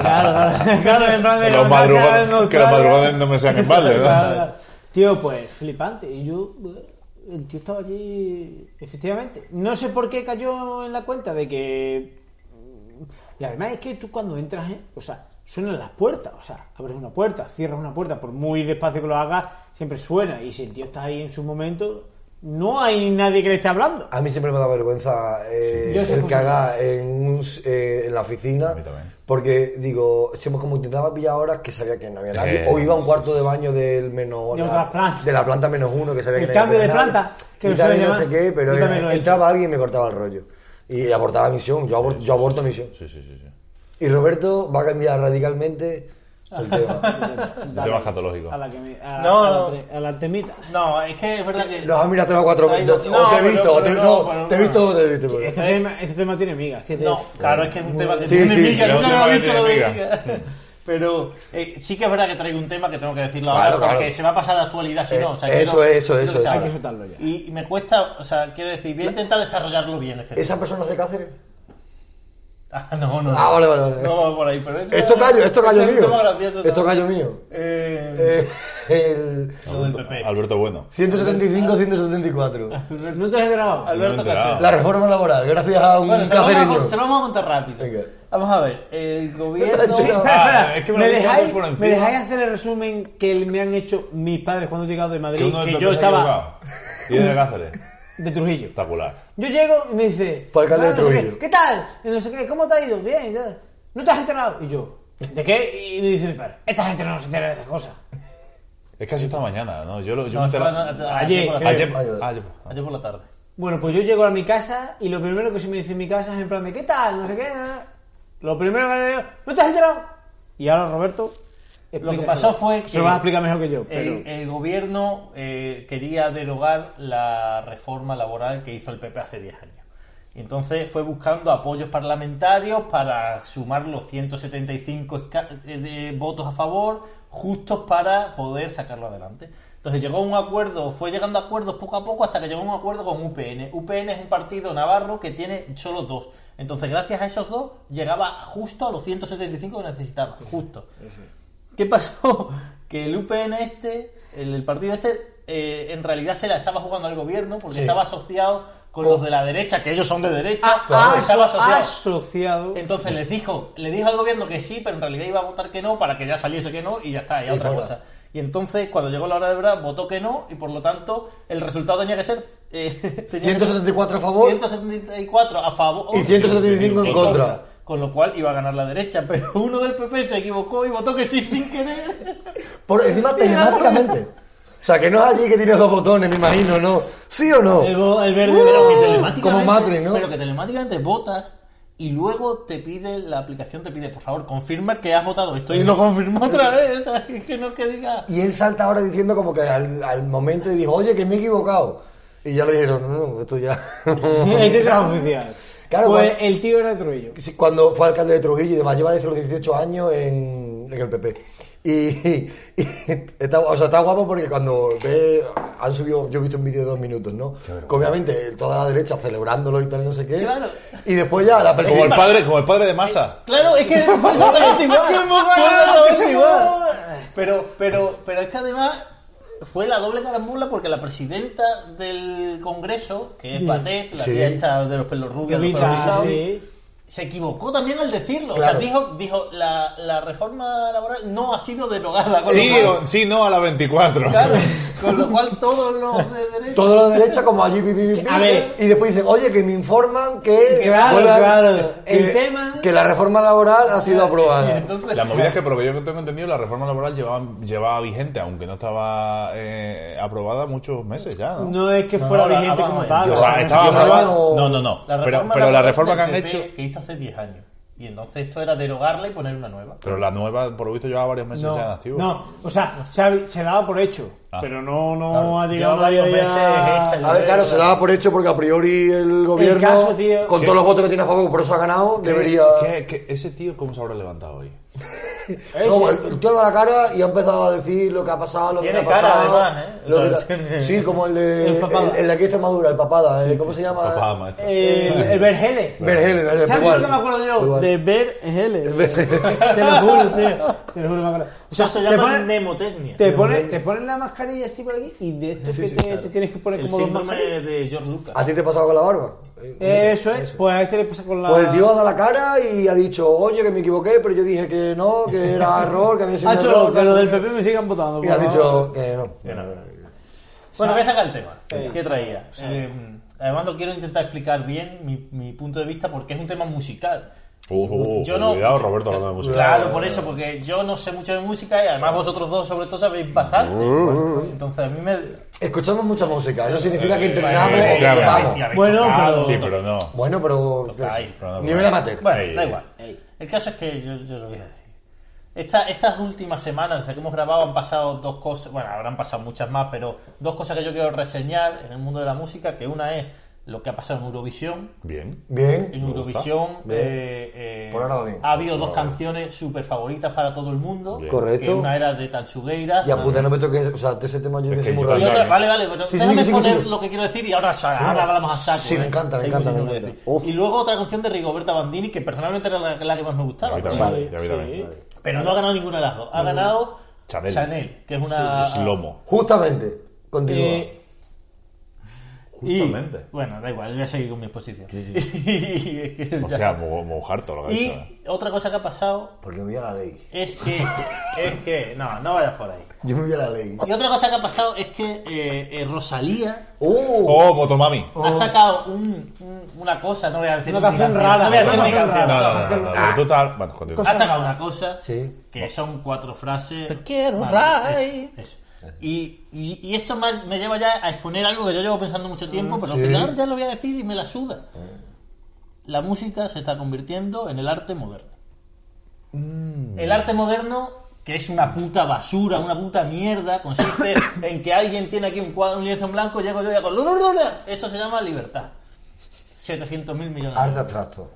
Claro, claro, claro, en plan de
Que los
la casa,
madrugones-
no,
Que los
claro.
madrugones no me sean en balde,
Claro,
¿verdad?
claro. Tío, pues flipante. Y yo, eh, el tío estaba allí, efectivamente. No sé por qué cayó en la cuenta de que. mm, Y además es que tú cuando entras, eh, o sea, suenan las puertas, o sea, abres una puerta, cierras una puerta, por muy despacio que lo hagas, siempre suena. Y si el tío está ahí en su momento, no hay nadie que le esté hablando.
A mí siempre me da vergüenza eh,
Yo sé
el
por
cagar en, un s- eh, en la oficina.
A mí también.
Porque, digo, siempre como intentaba pillar horas que sabía que no había nadie.
Eh,
o iba a un
sí,
cuarto de baño del menos.
De
la-
otras plantas.
de la planta menos uno que sabía
El
que
cambio
había
de
nadie.
planta, que
Y
no
tal,
se
y no
llama.
sé qué, pero
Yo
era-
también lo he hecho.
entraba alguien y me cortaba el rollo. Y abortaba misión. Yo, abor- yo aborto misión.
Sí, sí, sí. sí.
Y Roberto va a cambiar radicalmente el tema.
Dale,
tema escatológico.
A la que me- a-
No,
a la
no.
tre- a la temita.
No, es que es verdad que.
Nos has mirado tres o cuatro
Traigo-
veces.
No,
o te he
pero-
visto, o
pero
te,
no,
no,
pero
te he
no.
visto o te he visto.
Este tema, este tema tiene migas. Que te-
No, claro, es que es un tema que
Sí,
tiene
sí,
miga,
es un
nunca lo
tema
he
que
dicho
tiene
lo de
miga.
miga. Pero eh, sí que es verdad que traigo un tema que tengo que decirlo
Claro,
ahora porque
claro.
se va a pasar de actualidad si
Eh,
no. o sea,
eso
quiero-
es, eso
quiero
es,
que sea
eso es.
Hay que
ahora.
soltarlo ya.
Y y me cuesta, o sea, quiero decir, voy a intentar desarrollarlo bien este tema.
¿Esa persona es de Cáceres?
Ah, no, no.
Ah,
no.
vale, vale, vale.
No va por ahí, pero eso-
Esto callo, esto callo
ese es un tema
mío.
gracioso,
Esto
¿no?
callo mío.
Eh,
Eh, el
Lo del PP.
Alberto Bueno.
175-174.
¿No te has grabado?
Alberto
No me he enterado.
Casero.
La reforma laboral, gracias a un
Bueno, se lo, vamos a,
cacereño.
con- se lo vamos a contar rápido.
Venga.
Vamos a ver, el
No te he
gobierno...
enterado.
Espera, espera,
Ah, es que me
me,
lo he dicho
dejáis,
por encima.
me dejáis hacer el resumen que me han hecho mis padres cuando he llegado de Madrid,
uno de
que,
PP
yo
se ha
estaba
equivocado. Y de Cáceres.
de Trujillo.
Espectacular.
Yo llego y me dice,
Fue alcalde de
"Ah, no sé
Trujillo".
qué, ¿qué tal? Y no sé qué, ¿cómo te ha ido? Bien, y tal. ¿no te has enterado? Y yo, ¿de qué? Y me dice mi padre, esta gente no se entera de esas cosas.
Es que así esta mañana, ¿no? Yo, lo-
No,
yo me
eso
enteré-
no- no-
Ayer,
por la-
Ayer,
Ayer.
ayer.
ayer por la tarde.
Bueno, pues yo llego a mi casa y lo primero que se me dice en mi casa es en plan de ¿qué tal? No sé qué. na- Lo primero que le digo, ¿no te has enterado? Y ahora Roberto.
Lo que
explica
pasó
eso.
fue que...
Eh, Se lo vas a explicar mejor que yo. Pero...
El, el gobierno eh, quería derogar la reforma laboral que hizo el PP hace 10 años. Entonces fue buscando apoyos parlamentarios para sumar los 175 esca- eh, de votos a favor justos para poder sacarlo adelante. Entonces llegó a un acuerdo, fue llegando a acuerdos poco a poco hasta que llegó a un acuerdo con UPN. UPN es un partido navarro que tiene solo dos. Entonces gracias a esos dos llegaba justo a los 175 que necesitaba, justo. ¿Qué pasó? Que el UPN este, el, el partido este, eh, en realidad se la estaba jugando al gobierno porque
Sí.
estaba asociado con
Con-
los de la derecha, que ellos son de derecha,
Ah,
pero
aso-
estaba asociado.
asociado.
Entonces les dijo, le dijo al gobierno que sí, pero en realidad iba a votar que no para que ya saliese que no y ya está, ya
Y
otra
fuera.
cosa. Y entonces, cuando llegó la hora de verdad, votó que no y por lo tanto el resultado tenía que ser... eh, tenía que ser
174 a favor.
174 a favor
Y 175 en contra.
con lo cual iba a ganar la derecha, pero uno del PP se equivocó y votó que sí sin querer.
Por encima telemáticamente. O sea, que no es allí que tiene dos botones, me imagino, ¿no? ¿Sí o no?
El, bo- el verde.
Pero que
Oh. Uh,
telemáticamente,
como Matrix, ¿no?
Pero que telemáticamente votas y luego te pide, la aplicación te pide, por favor, confirma que has votado esto y lo confirmó otra vez. o sea, es que no es que diga.
Y él salta ahora diciendo como que al, al momento y dijo, oye, que me he equivocado. Y ya le dijeron, no, no, esto ya...
Este es oficial.
Claro,
pues
bueno.
el tío era de Trujillo.
Sí, Cuando fue alcalde de Trujillo y demás, lleva desde los 18 años en, en el PP. Y, y está, o sea, está guapo porque cuando ve, han subido, yo he visto un vídeo de dos minutos, ¿no? Que obviamente toda la derecha celebrándolo y tal, no sé qué.
Claro.
Y después ya la
Como el
presidenta.
padre, como el padre de Masa.
Claro, es que es exactamente igual.
Es que hemos
Fue
ganado,
exactamente
que se
igual.
mueva.
Pero, pero, pero es que además fue la doble carambula porque la presidenta del Congreso, que es
Sí.
Batet, la
Sí.
tía esta de los pelos rubios, los pelos
Ah,
rizados,
sí.
se equivocó también al decirlo.
Claro.
O sea, dijo, dijo la, la reforma laboral no ha sido derogada. Con
Sí,
lo
o-
cual,
sí, no a la 24.
claro, con lo cual todos los de derecha...
Toda la derecha como allí, pi, pi, pi, pi.
A ver.
Y después dicen, oye, que me informan que...
Claro,
que-
claro.
que-
El tema-
Que la reforma laboral ha sido
Y
aprobada.
entonces-
La movida es que, por lo que yo tengo entendido, la reforma laboral llevaba, llevaba vigente, aunque no estaba eh, aprobada muchos meses ya. ¿no?
No es que
No,
fuera
no, la-
vigente
vamos
como
a ver.
tal.
O sea,
Ah, no,
estaba
yo
no,
aprobada.
no-
No, no, no.
La
pero,
reforma
pero la
laboral
reforma que
del
han
PP
hecho.
Que hizo hace 10 años. Y entonces esto era derogarla y poner una nueva.
Pero la nueva, por lo visto, llevaba varios meses ya en
No,
activo.
no, o sea, se, ha- se daba por hecho,
Ah.
pero no, no
Claro.
ha llegado
Lleva varios
nadie a-
meses hecha.
A ver, claro, se daba por hecho porque a priori el gobierno,
caso, tío-
con
¿Qué?
todos los votos que tiene a favor, por eso ha ganado,
¿Qué-
debería...
qué- qué- ese tío cómo se habrá levantado hoy?
No, el, el tío da la cara y ha empezado a decir lo que ha pasado, lo
Tiene
que no ha pasado.
cara, además, ¿eh?
lo
O
que
sea,
ta-
tiene-
Sí, como el de.
El papada.
El, el de aquí de Extremadura, el papada. ¿eh? ¿Cómo se llama?
Papá, maestro.
El, el Vergele.
Vergel, Vergel,
¿Sabes
igual,
de lo que me acuerdo yo?
igual.
De Vergele. Te lo juro, tío. Te lo juro, me acuerdo. O sea,
Eso se
te
llama
ponen,
mnemotecnia.
te, ponen, te ponen la mascarilla así por aquí y de esto que te, te tienes que poner
el
como Ah, dos
síndrome
mascarillas.
de George Lucas.
¿A ti te ha pasado con la barba?
Eso es, pues a este le pasa con la.
Pues el tío da la cara y ha dicho, oye, que me equivoqué, pero yo dije que no, que era error, que había sido un
Hacho,
error.
que los del PP me sigan votando.
Y ha
por
dicho
favor.
que no.
Bueno, voy a sacar el tema.
Eh,
¿Qué traía? Eh, además lo quiero intentar explicar bien mi, mi punto de vista porque es un tema musical.
Uh, uh, cuidado, Roberto, hablando de música.
Claro, por eso, porque yo no sé mucho de música y además vosotros dos sobre todo sabéis bastante.
Mm.
pues, Entonces a mí me...
Escuchamos mucha música, eso significa que
Eh,
entrenamos y
claro.
sepamos.
Y habéis
Bueno,
tocado,
Sí, pero no.
Bueno, pero. pues,
Tocáis, pero
no-
Nivel amateur.
Bueno,
Ey,
da
ey.
igual. El caso es que yo, yo lo voy a decir. Esta- estas últimas semanas, desde que hemos grabado, han pasado dos cosas, bueno, habrán pasado muchas más, pero dos cosas que yo quiero reseñar en el mundo de la música, que una es lo que ha pasado en Eurovisión.
Bien.
Bien.
En
Me gusta.
Eurovisión
Bien.
eh, eh,
Por ahora va bien.
ha habido dos canciones súper favoritas para todo el mundo.
Bien.
Correcto.
que Una era de Tansugueira.
Ya, puta, no me toques. O sea, de ese tema yo
Es
que
que
soy muy
yo
Y
radical.
otra, vale, vale, pero
Sí, sí,
déjame
sí, sí,
poner
sí.
lo que quiero decir y ahora, ahora hablamos a saco.
Sí, me
¿eh?
encanta, me
Sí,
encanta,
muchísimo
me
que
encanta.
decir.
Uf.
Y luego otra canción de Rigoberta Bandini, que personalmente era la, la que más me
A
gustaba.
mí
Sí.
también, a mí
sí.
también.
Pero no ha ganado ninguna de las dos. Ha ganado
Chanel.
Chanel, que es una.
Es lomo.
Justamente. Continúa.
Eh,
Y-
Justamente.
bueno, da igual, voy a seguir con mi exposición. y, es que ya-
Hostia, mo- mojar todo lo que ha
Y
hecho. eh.
otra cosa que ha pasado
Porque me voy a la ley.
es que. es que. No, no vayas por ahí.
Yo me voy a la ley.
Y otra cosa que ha pasado es que eh, eh, Rosalía
¡Oh!
Oh, Motomami.
ha sacado un- un- una cosa, no voy a decir
Una
ni
canción
canción,
rara,
No voy a decir
una
ni
canción
canción.
No,
rara.
no, no, no, no, pero tú estás- Bueno, continúa.
Ha sacado una cosa
Sí.
que son cuatro frases.
Te quiero, Ray.
eso, eso. Y, y- y esto más- me lleva ya a exponer algo que yo llevo pensando mucho
Mm,
tiempo, pero
sí.
al final ya lo voy a decir y me la suda.
Mm.
La música se está convirtiendo en el arte moderno.
Mm.
El arte moderno, que es una puta basura, una puta mierda, consiste en que alguien tiene aquí un cuadro, un lienzo en blanco, llego yo y hago... "Lu, lu, lu, lu". Esto se llama libertad. 700.000 millones de
Arte abstracto.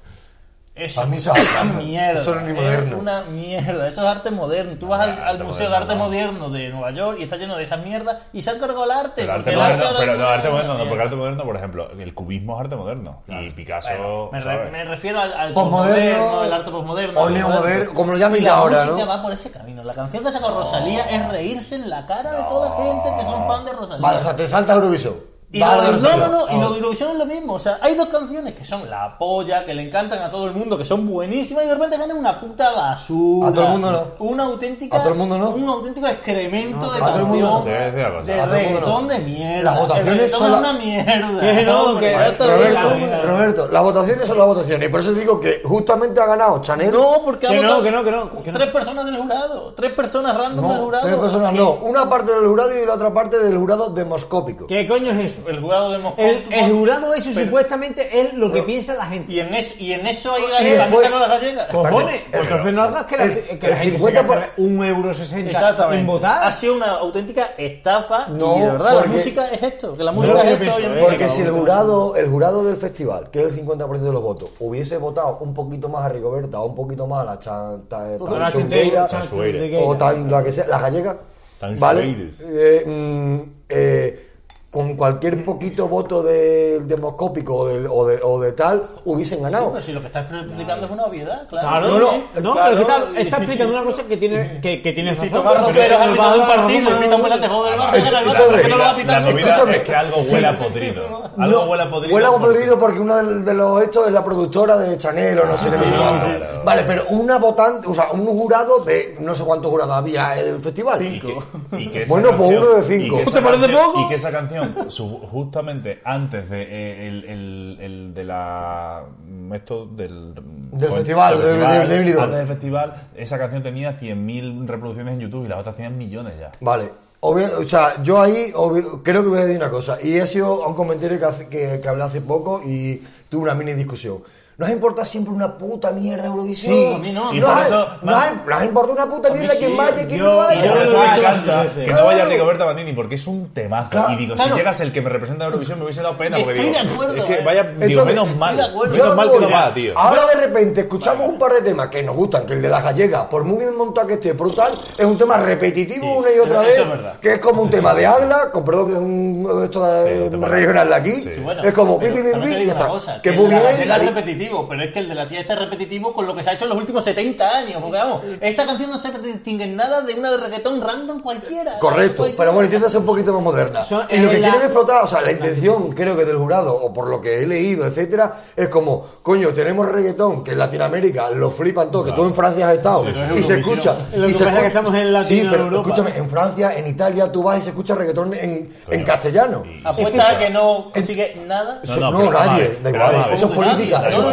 eso
A mí
es
eso es arte.
una mierda.
Eso no es ni
Es
moderno.
una mierda. Eso es arte moderno. Tú vas
No,
al,
Ah, arte
al Museo de Arte
moderno, no.
Moderno de Nueva York y está lleno de esas mierdas y se han cargado el arte.
Pero
porque
arte
el
moderno,
ahora
pero no,
mismo es
arte
una
moderno, no, porque
mierda.
arte moderno, por ejemplo, el cubismo es arte moderno. Y Picasso.
Bueno, me, re-
¿sabes?
me refiero al, al
Postmoderno,
postmoderno, el arte postmoderno.
o
el
neomoderno,
moderno.
como lo llamen
Y
ya
la
ahora,
música
¿no?
va por ese camino. La canción que ha sacado Rosalía es reírse en la cara de toda la gente que son fan de Rosalía.
Vale, o sea, te salta Eurovisión.
Y
Vale,
lo, de- no,
Rocío.
no, no, y
Ah.
lo de Eurovisión es lo mismo. O sea, hay dos canciones que son la polla, que le encantan a todo el mundo, que son buenísimas, y de repente ganan una puta basura.
A todo el mundo no.
Una auténtica.
A todo el mundo no.
Un auténtico excremento de
a todo el
canción.
mundo no.
Te voy a decir una cosa,
De
a todo el mundo
reggaetón
no.
de mierda.
Las votaciones
El reggaetón
son
es
la-
una mierda.
Que no,
Hombre,
que-
ya te lo digo,
Roberto,
mira.
Roberto, las votaciones son las votaciones. Y por eso digo que justamente ha ganado Chanel.
No, porque ha
Que no,
votado
que no, que no, que no.
Tres personas del jurado. Tres personas random del
No,
jurado.
tres personas no. Una parte del jurado y la otra parte del jurado demoscópico.
¿Qué coño es eso?
El jurado de Moscú.
El, el jurado eso
Pero-
supuestamente es lo que
Pero-
piensa la gente.
Y en, es- y en eso hay
Y
gallegas,
después-
no las gallegas.
Cojones,
El-
pues entonces no hagas que la,
el-
que la
el
gente se
50 por-
gaste un euro sesenta
Exactamente.
en votar.
Ha sido una auténtica estafa.
No,
y de verdad,
porque-
la música es esto. Que la
No,
música
yo
es esto
pienso,
hoy en
eh,
día.
Porque si el jurado, el jurado del festival, que es el 50% de los votos, hubiese votado un poquito más a Rigoberta o un poquito más a la Chan, tan- tan
Pues Ahora
chungueira,
chungueira,
chungueira.
chungueira.
o tan la que sea, la gallega,
Tan
¿vale?
chungueiras.
Eh, mm, eh, con cualquier poquito voto del demoscópico o, del- o de, o de tal, hubiesen
Sí,
ganado.
pero si lo que estás explicando es una obviedad, claro.
Claro, ¿eh?
Sí,
no,
sí.
no, no,
claro,
pero que está,
y
está
si-
explicando una cosa que tiene que, que tiene
Y si
razón.
Tomás Roquero
Pero-
ha pitado un
pero-
partido y pita un penalti a favor del
Ah,
Barça,
vale.
gana el
La
Barça, ¿por qué no lo va a
movida-
pitar
La
nunca?
movida
Escúchame.
es que algo huele a podrido. Algo huele a podrido.
Huele a
porque-
podrido porque uno del- de los estos es la productora de Chanel o no
Ah,
sé qué. no sé
claro,
cuánto.
claro.
Vale, pero una votante, o sea, un jurado de no sé cuántos jurados había en el festival.
Y que- y que esa
Bueno, pues
canción-
uno de cinco.
y que
¿No
esa
te parece
canción-
poco?
Y que esa canción, su- justamente antes de eh, el, el- el de la. mm, Esto del.
Del festival,
del
de- de- de Benidorm.
antes del festival, esa canción tenía 100.000 reproducciones en YouTube y las otras tenían millones ya.
Vale. Obvio- o sea, yo ahí obvio- creo que voy a decir una cosa. Y ha sido un comentario que, hace- que, que hablé hace poco y tuve una mini discusión. Nos importa siempre una puta mierda Eurovisión.
Sí, a mí no.
Nos
Y por
ha-
eso-
nos ha- nos importa una puta
mí
mierda
sí,
quién vaya y quién
yo-
no
y
vaya.
Y
yo
por eso
lo
me
he dicho
encanta
muchas veces.
que no vaya
Claro.
Rigoberta Bandini porque es un temazo.
Claro,
y digo,
claro.
si llegas el que me representa en Eurovisión me hubiese dado pena. Porque
Estoy
digo,
de acuerdo,
es que
eh.
vaya, digo,
Entonces,
menos mal.
estoy de acuerdo.
Yo
Menos mal que no
voy a-
va, tío.
Ahora de repente escuchamos un par de temas que nos gustan, que el de la gallega, por muy bien montado que esté, brutal, es un tema repetitivo
Sí,
una y otra
eso
vez,
es verdad.
que es como un tema de habla, con perdón que es un esto
Sí,
de
un tema de-
regional de aquí,
Sí. Sí,
Bueno,
es como
pero
pi, pi, pi,
también
pi,
te
y
digo
ya
una
está.
cosa,
que
el
muy
de la
bien,
galleta es
ahí-
repetitivo, pero es que el de la tía está repetitivo con lo que se ha hecho en los últimos 70 años. Porque vamos, esta canción no se distingue en nada de una de reggaetón random cualquiera.
Correcto,
Cualquiera.
pero bueno, intenta ser un poquito más moderna.
Son-
y lo que
es la-
quieren explotar, o sea, la intención, creo que del jurado, o por lo que he leído, etcétera, es como, coño, tenemos reggaetón, que en Latinoamérica lo flipan todo, que tú en Francia has estado,
pero es
y se
Eurovisión.
escucha.
Lo
y
que
se
pasa es
escu-
que estamos en
Sí,
Latino-
pero
Europa.
escúchame, en Francia, en Italia, tú vas y se escucha reggaetón en, en castellano.
Y-
Apuesta a que no consigue nada.
Eso-
No,
no,
no, pero vamos a
nadie,
ver,
da
pero
igual,
vamos a ver.
eso es
Nadie.
política, eso
No,
es
no, No,
política.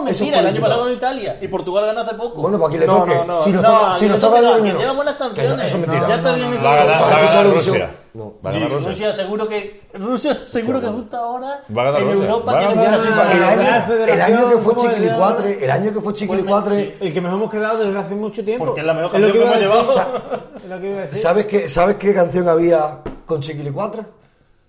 no,
eso es
mentira, el año
política.
pasado ganó Italia y Portugal ganó hace poco.
Bueno, para quien le
No,
toque.
no, no.
si nos
No,
toca, si
que
nos
no
toca
te
el
da,
himno.
que lleva buenas
Que no,
canciones.
Eso es mentira.
Ya está bien
Va a ganar,
Para
va a ganar
escuchar
Rusia.
Eurovisión.
Va a
Sí,
ganar
Rusia.
Rusia.
seguro que Rusia seguro que justo ahora
Va a ganar
en
Rusia.
Europa
Va a
tiene
ganar
mucha
Rusia.
el,
simpatía.
Ah,
año, el
la
año que fue
federación, ¿cómo
Chiquilicuatre, el año que fue Chiquilicuatre,
El que mejor hemos quedado desde hace mucho tiempo.
Porque es la mejor
lo
canción
iba
que
a
hemos
decir.
llevado.
Es lo que iba a decir.
¿Sabes qué, ¿Sabes qué canción había con Chiquilicuatre?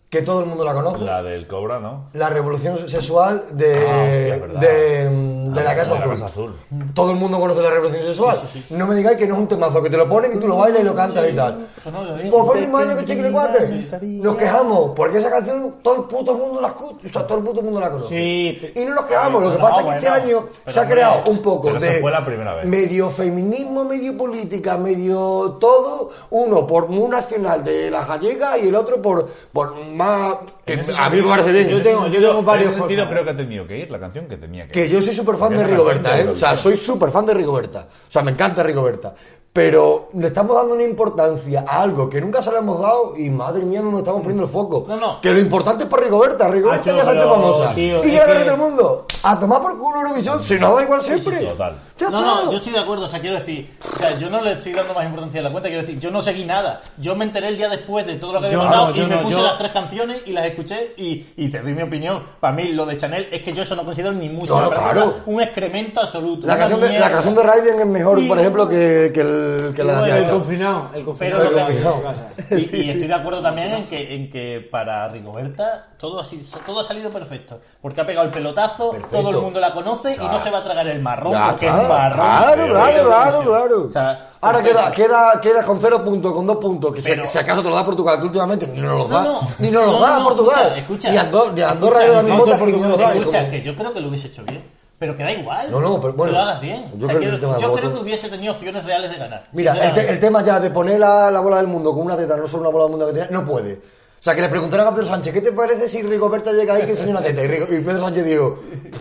Que todo el mundo la conoce. La,
La del Cobra, ¿no?
revolución sexual de,
Ah, hostia, es verdad.
de, mm, de
Ah,
la, casa,
de la
azul.
Casa Azul.
Todo el mundo conoce la revolución sexual. No me digáis que no es un temazo, que te lo ponen y tú lo bailas y lo cantas y tal.
Pues no, lo vi.
Pues fue el mismo año que Chiquilicuatre. Nos quejamos, porque esa canción todo el puto mundo la escucha, o sea, todo el puto mundo la conoce.
Sí.
Y no nos quejamos, lo que
No,
pasa es que
bueno,
este año
pero
se ha
hombre,
creado un poco
pero eso
de
fue la primera vez.
medio feminismo, medio política, medio todo, uno por un nacional de la gallega y el otro por, por más... eh, Que
En ese
a mí me
sentido-
parece bien.
Yo
en
tengo-
ese
yo tengo
sentido-
varios
En ese sentido
cosas.
creo que ha tenido que ir la canción que tenía que ir.
Que yo soy súper fan
Porque
de
es la
Rigoberta,
canción
¿eh?
de
O sea, soy súper fan de Rigoberta. O sea, me encanta Rigoberta. Pero le estamos dando una importancia a algo que nunca se le hemos dado y madre mía, no nos estamos poniendo el foco.
No, no.
Que lo importante es para Rigoberta. Rigoberta
Hacho,
ya se ha hecho
pero,
famosa.
tío,
y
es
ya la
que-
del mundo. A tomar por culo Eurovisión, si no da igual siempre.
total.
Ya
No,
está.
no, yo estoy de acuerdo, o sea, quiero decir, o sea, yo no le estoy dando más importancia a la cuenta, quiero decir, yo no seguí nada, yo me enteré el día después de todo lo que había
Yo
pasado
no,
y
yo
me
no,
puse
yo-
las tres canciones y las escuché y, y te doy mi opinión, para mí lo de Chanel es que yo eso no considero ni música,
No, no,
me parece
claro.
una- un excremento absoluto.
La
una
canción, de, la
mierda.
canción de Raiden es mejor,
Y-
por ejemplo, que, que, el, que la
Bueno,
de
el
esta.
confinado. El confinado.
Pero lo
en
que-
su casa.
Y, y estoy de acuerdo también en que, en que para Rigoberta todo ha, sido- todo ha salido perfecto. Porque ha pegado el pelotazo,
Perfecto.
todo el mundo la conoce y no se va a tragar el marrón
Ya,
porque
claro,
es marrón.
Claro,
Pero
claro,
eso
claro,
es lo que
claro.
O sea,
Ahora queda,
perfecto.
queda, queda con cero puntos, con dos puntos, que si-
Pero-
si, acaso te lo da Portugal, que últimamente ni nos los
No,
da,
no.
ni nos los
No,
da
no, no,
Portugal,
escucha,
ni Andorra, ni Andorra
escucha,
era mi
no,
bota,
no,
ni nos
no,
los da. y
Escucha,
como-
que yo creo que lo hubiese hecho bien. Pero que da igual.
No, no, pero bueno,
Que lo hagas bien.
yo
O sea,
creo que
quiero-
el tema del
yo
voto-
creo que hubiese tenido opciones reales de ganar. eh.
Mira, el, te- el tema ya de poner la, la bola del mundo con una teta, no solo una bola del mundo que tiene, no puede. O sea, que le preguntaron a Pedro Sánchez, ¿qué te parece si Rigoberta llega ahí que enseña una teta? Y, Rigo- y Pedro Sánchez dijo,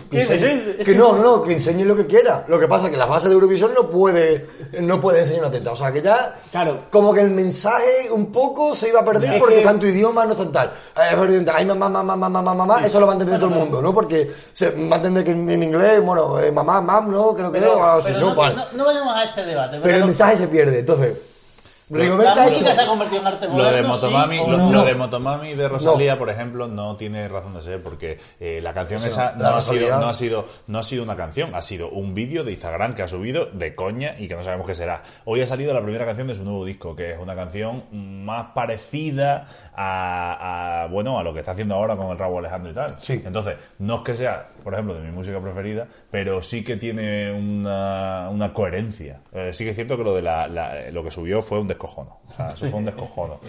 ¿Quién es
enseñe-
ese?
Que no, no, no, que enseñe lo que quiera. Lo que pasa es que las bases de Eurovisión no puede, no puede enseñar una teta. O sea, que ya,
Claro.
como que el mensaje un poco se iba a perder
Es
porque
que-
tanto idioma no están tal. Eh, pero, Ay, mamá, mamá, mamá, mamá, mamá, eso lo va a entender todo el mundo, ¿no? Porque se va a entender que en en inglés, bueno, eh, mamá, mam, no, creo que no, ah, sí,
pero
no,
no,
vale.
no- no vayamos a este debate.
Pero el
lo-
mensaje se pierde, entonces.
la
Rigoberta es-
música se ha convertido en arte
Lo
moderno.
de, Motomami,
sí, o
lo,
no.
lo de Motomami de Rosalía, por ejemplo, no tiene razón de ser porque eh, la canción
O sea,
esa
la
no ha, sido,
Rosalía-
no, ha sido, no ha sido una canción, ha sido un vídeo de Instagram que ha subido de coña y que no sabemos qué será. Hoy ha salido la primera canción de su nuevo disco, que es una canción más parecida a, a, bueno a lo que está haciendo ahora con el Rabo Alejandro y tal.
Sí.
Entonces, no es que sea, por ejemplo, de mi música preferida, pero sí que tiene una, una coherencia. Eh, sí que es cierto que lo de la, la- eh, lo que subió fue un descojono. O sea, eso fue un descojono.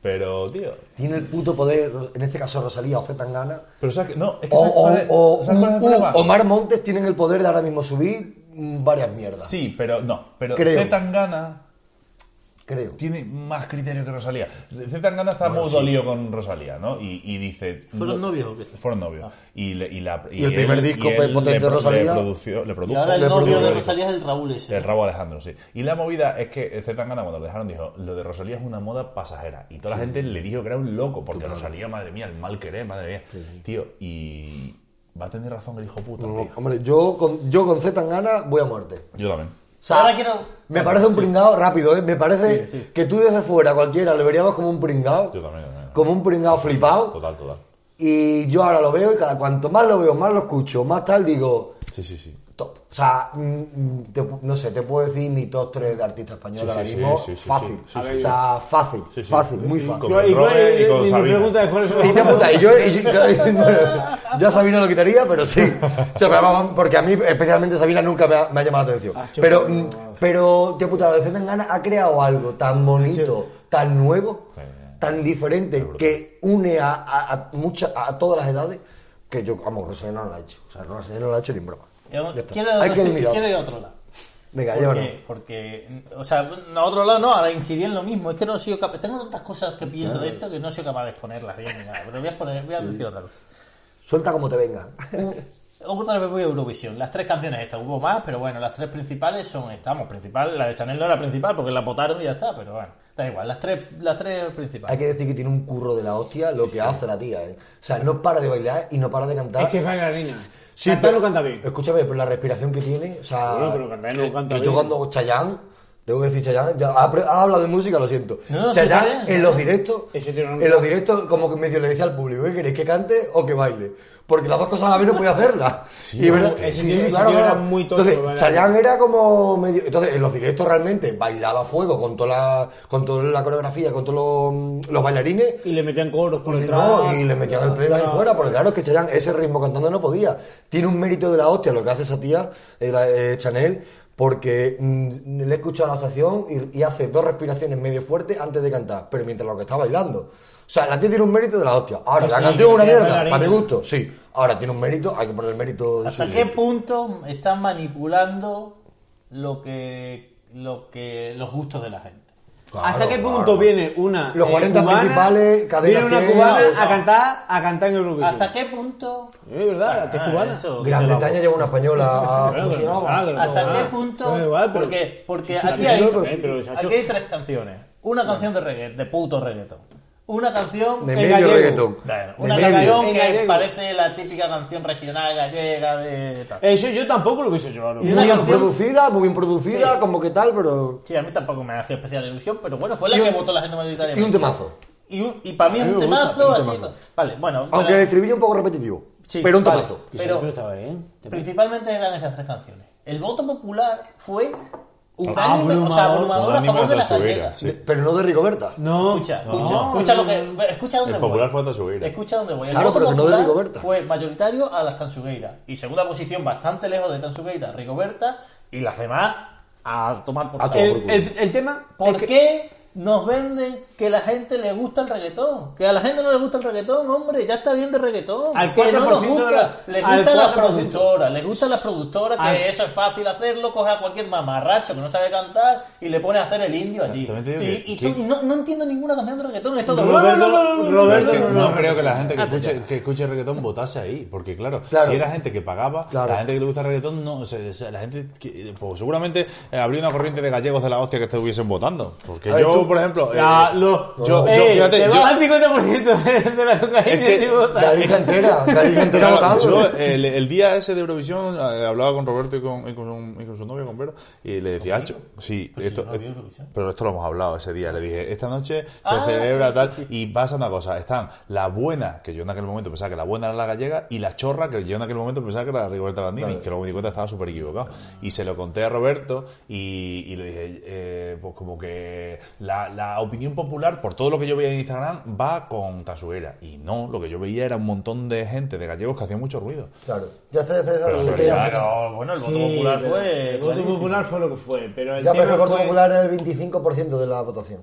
Pero, tío.
tiene el puto poder, en este caso Rosalía o Zetangana.
Pero sabes que. No, es que.
O,
¿sabes cuál es-
o- o-
¿sabes cuál es el
u-
problema?
Omar Montes tienen el poder de ahora mismo subir mm, varias mierdas.
Sí, pero no. Pero
Creo.
Z Tangana
Creo.
tiene más criterio que Rosalía. Z Tangana está muy dolido con Rosalía, ¿no? Y, y dice.
¿Fueron novios o qué? Ah.
Fueron novios. Y, le- y la-
¿Y el primer disco
él le
potente de
pro-
Rosalía?
Le, produció- le
Y
produjo.
ahora el
Le
novio
produjo
de
el-
Rosalía es el Raúl ese.
El rabo Alejandro, sí. Y la movida es que Z Tangana cuando lo dejaron dijo, lo de Rosalía es una moda pasajera. Y toda la gente le dijo que era un loco, porque Rosalía, madre mía, el mal querer, madre mía. Tío, y va a tener razón el hijo puta.
No,
tío.
hombre, yo con, yo con Zetangana voy a muerte.
Yo también.
O sea,
Ahora quiero-
Me parece un pringao rápido, ¿eh? Me parece
Sí, sí.
que tú desde fuera, cualquiera, lo veríamos como un pringao.
Yo también, yo también.
Como un pringao flipado.
Total, total.
Y yo ahora lo veo y cada cuanto más lo veo, más lo escucho, más tal, digo,
Sí, sí, sí.
top. O sea, mm, mm, te pu- no sé, te puedo decir mi top 3 de artista español
Sí, sí,
ahora
sí,
mismo.
sí, sí,
fácil.
sí, sí,
o sea, fácil,
Sí, sí.
fácil, muy
Y
fácil.
con Robert y con
mi
Sabina.
pregunta es cuál es su-
Y te puta, y yo, y yo- yo a Sabina lo quitaría, pero sí. O sea, pero vamos, porque a mí, especialmente Sabina, nunca me ha, me ha llamado la atención.
Ah, chupa,
Pero,
no,
mm,
no.
pero te puta, la de Zetangana ha creado algo tan bonito, tan nuevo,
Sí.
tan diferente, que une a, a, a mucha- a todas las edades, que yo, vamos, Rosalía no lo ha hecho. O sea, Rosalía no lo ha hecho ni en broma.
Yo-
Ya está.
Quiero ir a
Hay que
otro-
admirar.
quiero ir a otro lado.
Venga, llévanos.
Porque, porque, o sea, a otro lado no, ahora incidir en lo mismo. Es que no he sido capaz. Tengo tantas cosas que pienso de esto que no he sido capaz de exponerlas bien ni nada. Pero voy a, exponer- voy a decir otra cosa.
Suelta como te venga.
Otra vez voy a Eurovisión. Las tres canciones estas, hubo más, pero bueno, las tres principales son estas. Vamos, principal, la de Chanel no era principal porque la votaron y ya está, pero bueno, da igual, las tres, las tres
Hay
principales.
que decir que tiene un curro de la hostia lo que hace la tía, ¿eh? O sea, no para de bailar y no para de cantar.
Es que es bailarina.
Sí,
Cantar no canta bien.
Escúchame, pero la respiración que tiene, o sea.
Bueno, pero cantar no
que-
canta
que
bien.
Yo cuando Chayanne, debo decir Chayanne, ya ha, pre- ha hablado de música, lo siento.
No, no, sí, está bien,
Chayanne
está
en los
bien.
directos,
Eso tiene una-
en los directos como que medio le decía al público, ¿eh? ¿queréis que cante o que baile? Porque las dos cosas a la vez no podía hacerlas. y verdad,
ese tío- ese tío era muy tocho,
Entonces,
vaya.
Chayanne era como medio. Entonces, en los directos realmente bailaba a fuego con toda la, con toda la coreografía, con todos los- los bailarines.
Y le metían coros por
Y
detrás.
no, y le metían el playback ahí fuera, porque claro, es que Chayanne ese ritmo cantando no podía. Tiene un mérito de la hostia lo que hace esa tía, eh, la, eh, Chanel, porque mm, le he escuchado a la estación y, y hace dos respiraciones medio fuertes antes de cantar, pero mientras lo que está bailando. O sea, la tía tiene un mérito de la hostia. Ahora,
Sí,
la
sí,
canción es una
tiene
mierda,
bailarina.
para mi gusto, sí. Ahora tiene un mérito, hay que poner el mérito. de
¿Hasta
su-
qué punto están manipulando lo que, lo que, los gustos de la gente?
Claro,
¿Hasta qué
claro.
punto viene una
Los
eh,
40
cubana,
principales, cadena
viene una
100,
cubana
no.
a cantar a cantar en
Pues
Eurovisión?
¿Hasta qué punto?
Es verdad, que es
Ah,
cubana.
eso, que
Gran
se la-
Bretaña lleva una española a. ¿cómo se llama?
Ah, que lo
¿Hasta
ponga.
qué punto?
Da igual, pero-
porque porque
Sí, sí,
aquí,
la
hay,
entiendo, pero- pero, chacho.
aquí hay tres canciones. Una canción de reggae, de puto reggaetón. Una canción
De
en
medio
gallego.
reggaetón.
Claro,
De
una
medio.
canción
En
que
gallego.
parece la típica canción regional gallega de
Eh.
tal.
Eso yo tampoco lo hubiese llevado.
Y
Muy bien
canción-
producida, muy bien producida,
Sí.
como que tal, pero.
Sí, a mí tampoco me hacía especial ilusión, pero bueno, fue la
Y
que
un-
votó la gente
Y un
mayoritariamente.
temazo.
Y, un- y para mí
A mí
un
me gusta,
temazo,
un
así.
temazo.
Vale, bueno.
Aunque el
bueno,
estribillo un poco repetitivo.
sí,
pero un
vale,
temazo.
Pero,
estaba bien.
Principalmente eran esas tres canciones. El voto popular fue
Ah,
unánime,
Abrumador.
o sea, abrumador a favor de las gallegas.
sí.
Pero no de Rigoberta.
No,
Escucha,
no,
escucha,
no,
escucha
no,
lo que, escucha dónde
El
voy.
popular fue a Tansugueira.
Escucha dónde voy. El
Claro,
voto
pero que no de
popular
Rigoberta.
Fue mayoritario a las Tansugueira. Y segunda posición, bastante lejos de Tansugueira, Rigoberta. Y las demás a tomar por
A
saco.
tomar por
El, el- el tema
¿Por
es que-
qué nos venden que la gente le gusta el reggaetón. Que a la gente no le gusta el reggaetón, hombre, ya está bien de reggaetón.
Al
que no nos
4% de
gusta.
la-
Les
al
gusta las
4%.
productoras, les gusta las productoras, que
Al-
eso es fácil hacerlo, coge a cualquier mamarracho que no sabe cantar y le pone a hacer el indio allí.
También te digo
Y,
que-
y tú- y no, no entiendo ninguna canción de reggaetón, es todo.
Roberto, Roberto,
Pero es que
no,
no,
no.
creo que la gente que escuche, que escuche reggaetón votase ahí, porque claro,
Claro.
si era gente que pagaba,
Claro.
la gente que le gusta el reggaetón, no, se- se- la gente que- pues seguramente eh, habría una corriente de gallegos de la hostia que estuviesen votando. Porque
A ver,
yo,
tú-
por ejemplo, eh,
Ya, lo-
yo, yo,
Eh,
fíjate,
te
yo-
vas al 50% de, de la cocaína
Es que-
si votas.
Galicia entera, Galicia entera
Claro,
votando.
yo, el, el día ese de Eurovisión eh, hablaba con Roberto y con, y con, un- y con su novio, con Vero, y le decía, "Acho, sí,
Pues si
esto,
no había Eurovisión".
pero esto lo hemos hablado ese día. Le dije, esta noche se
Ah,
celebra
sí,
tal,
sí,
y pasa una cosa, están la buena, que yo en aquel momento pensaba que la buena era la gallega, y la chorra, que yo en aquel momento pensaba que era la Rigoberta Bandini, que luego me di cuenta estaba súper equivocado. Y se lo conté a Roberto y, y le dije, eh, pues como que la, la opinión popular, por todo lo que yo veía en Instagram, va con Tasuera. Y no, lo que yo veía era un montón de gente, de gallegos, que hacía mucho ruido.
Claro. Ya está, ya está, ya está.
Pero
Lo
sí,
que ya-
ya,
Pero bueno, el voto
Sí,
popular
pero
fue.
El voto
clarísimo.
popular fue lo que fue. Pero el
Ya, pero es
tema
que el voto
fue-
popular era el 25% de la votación.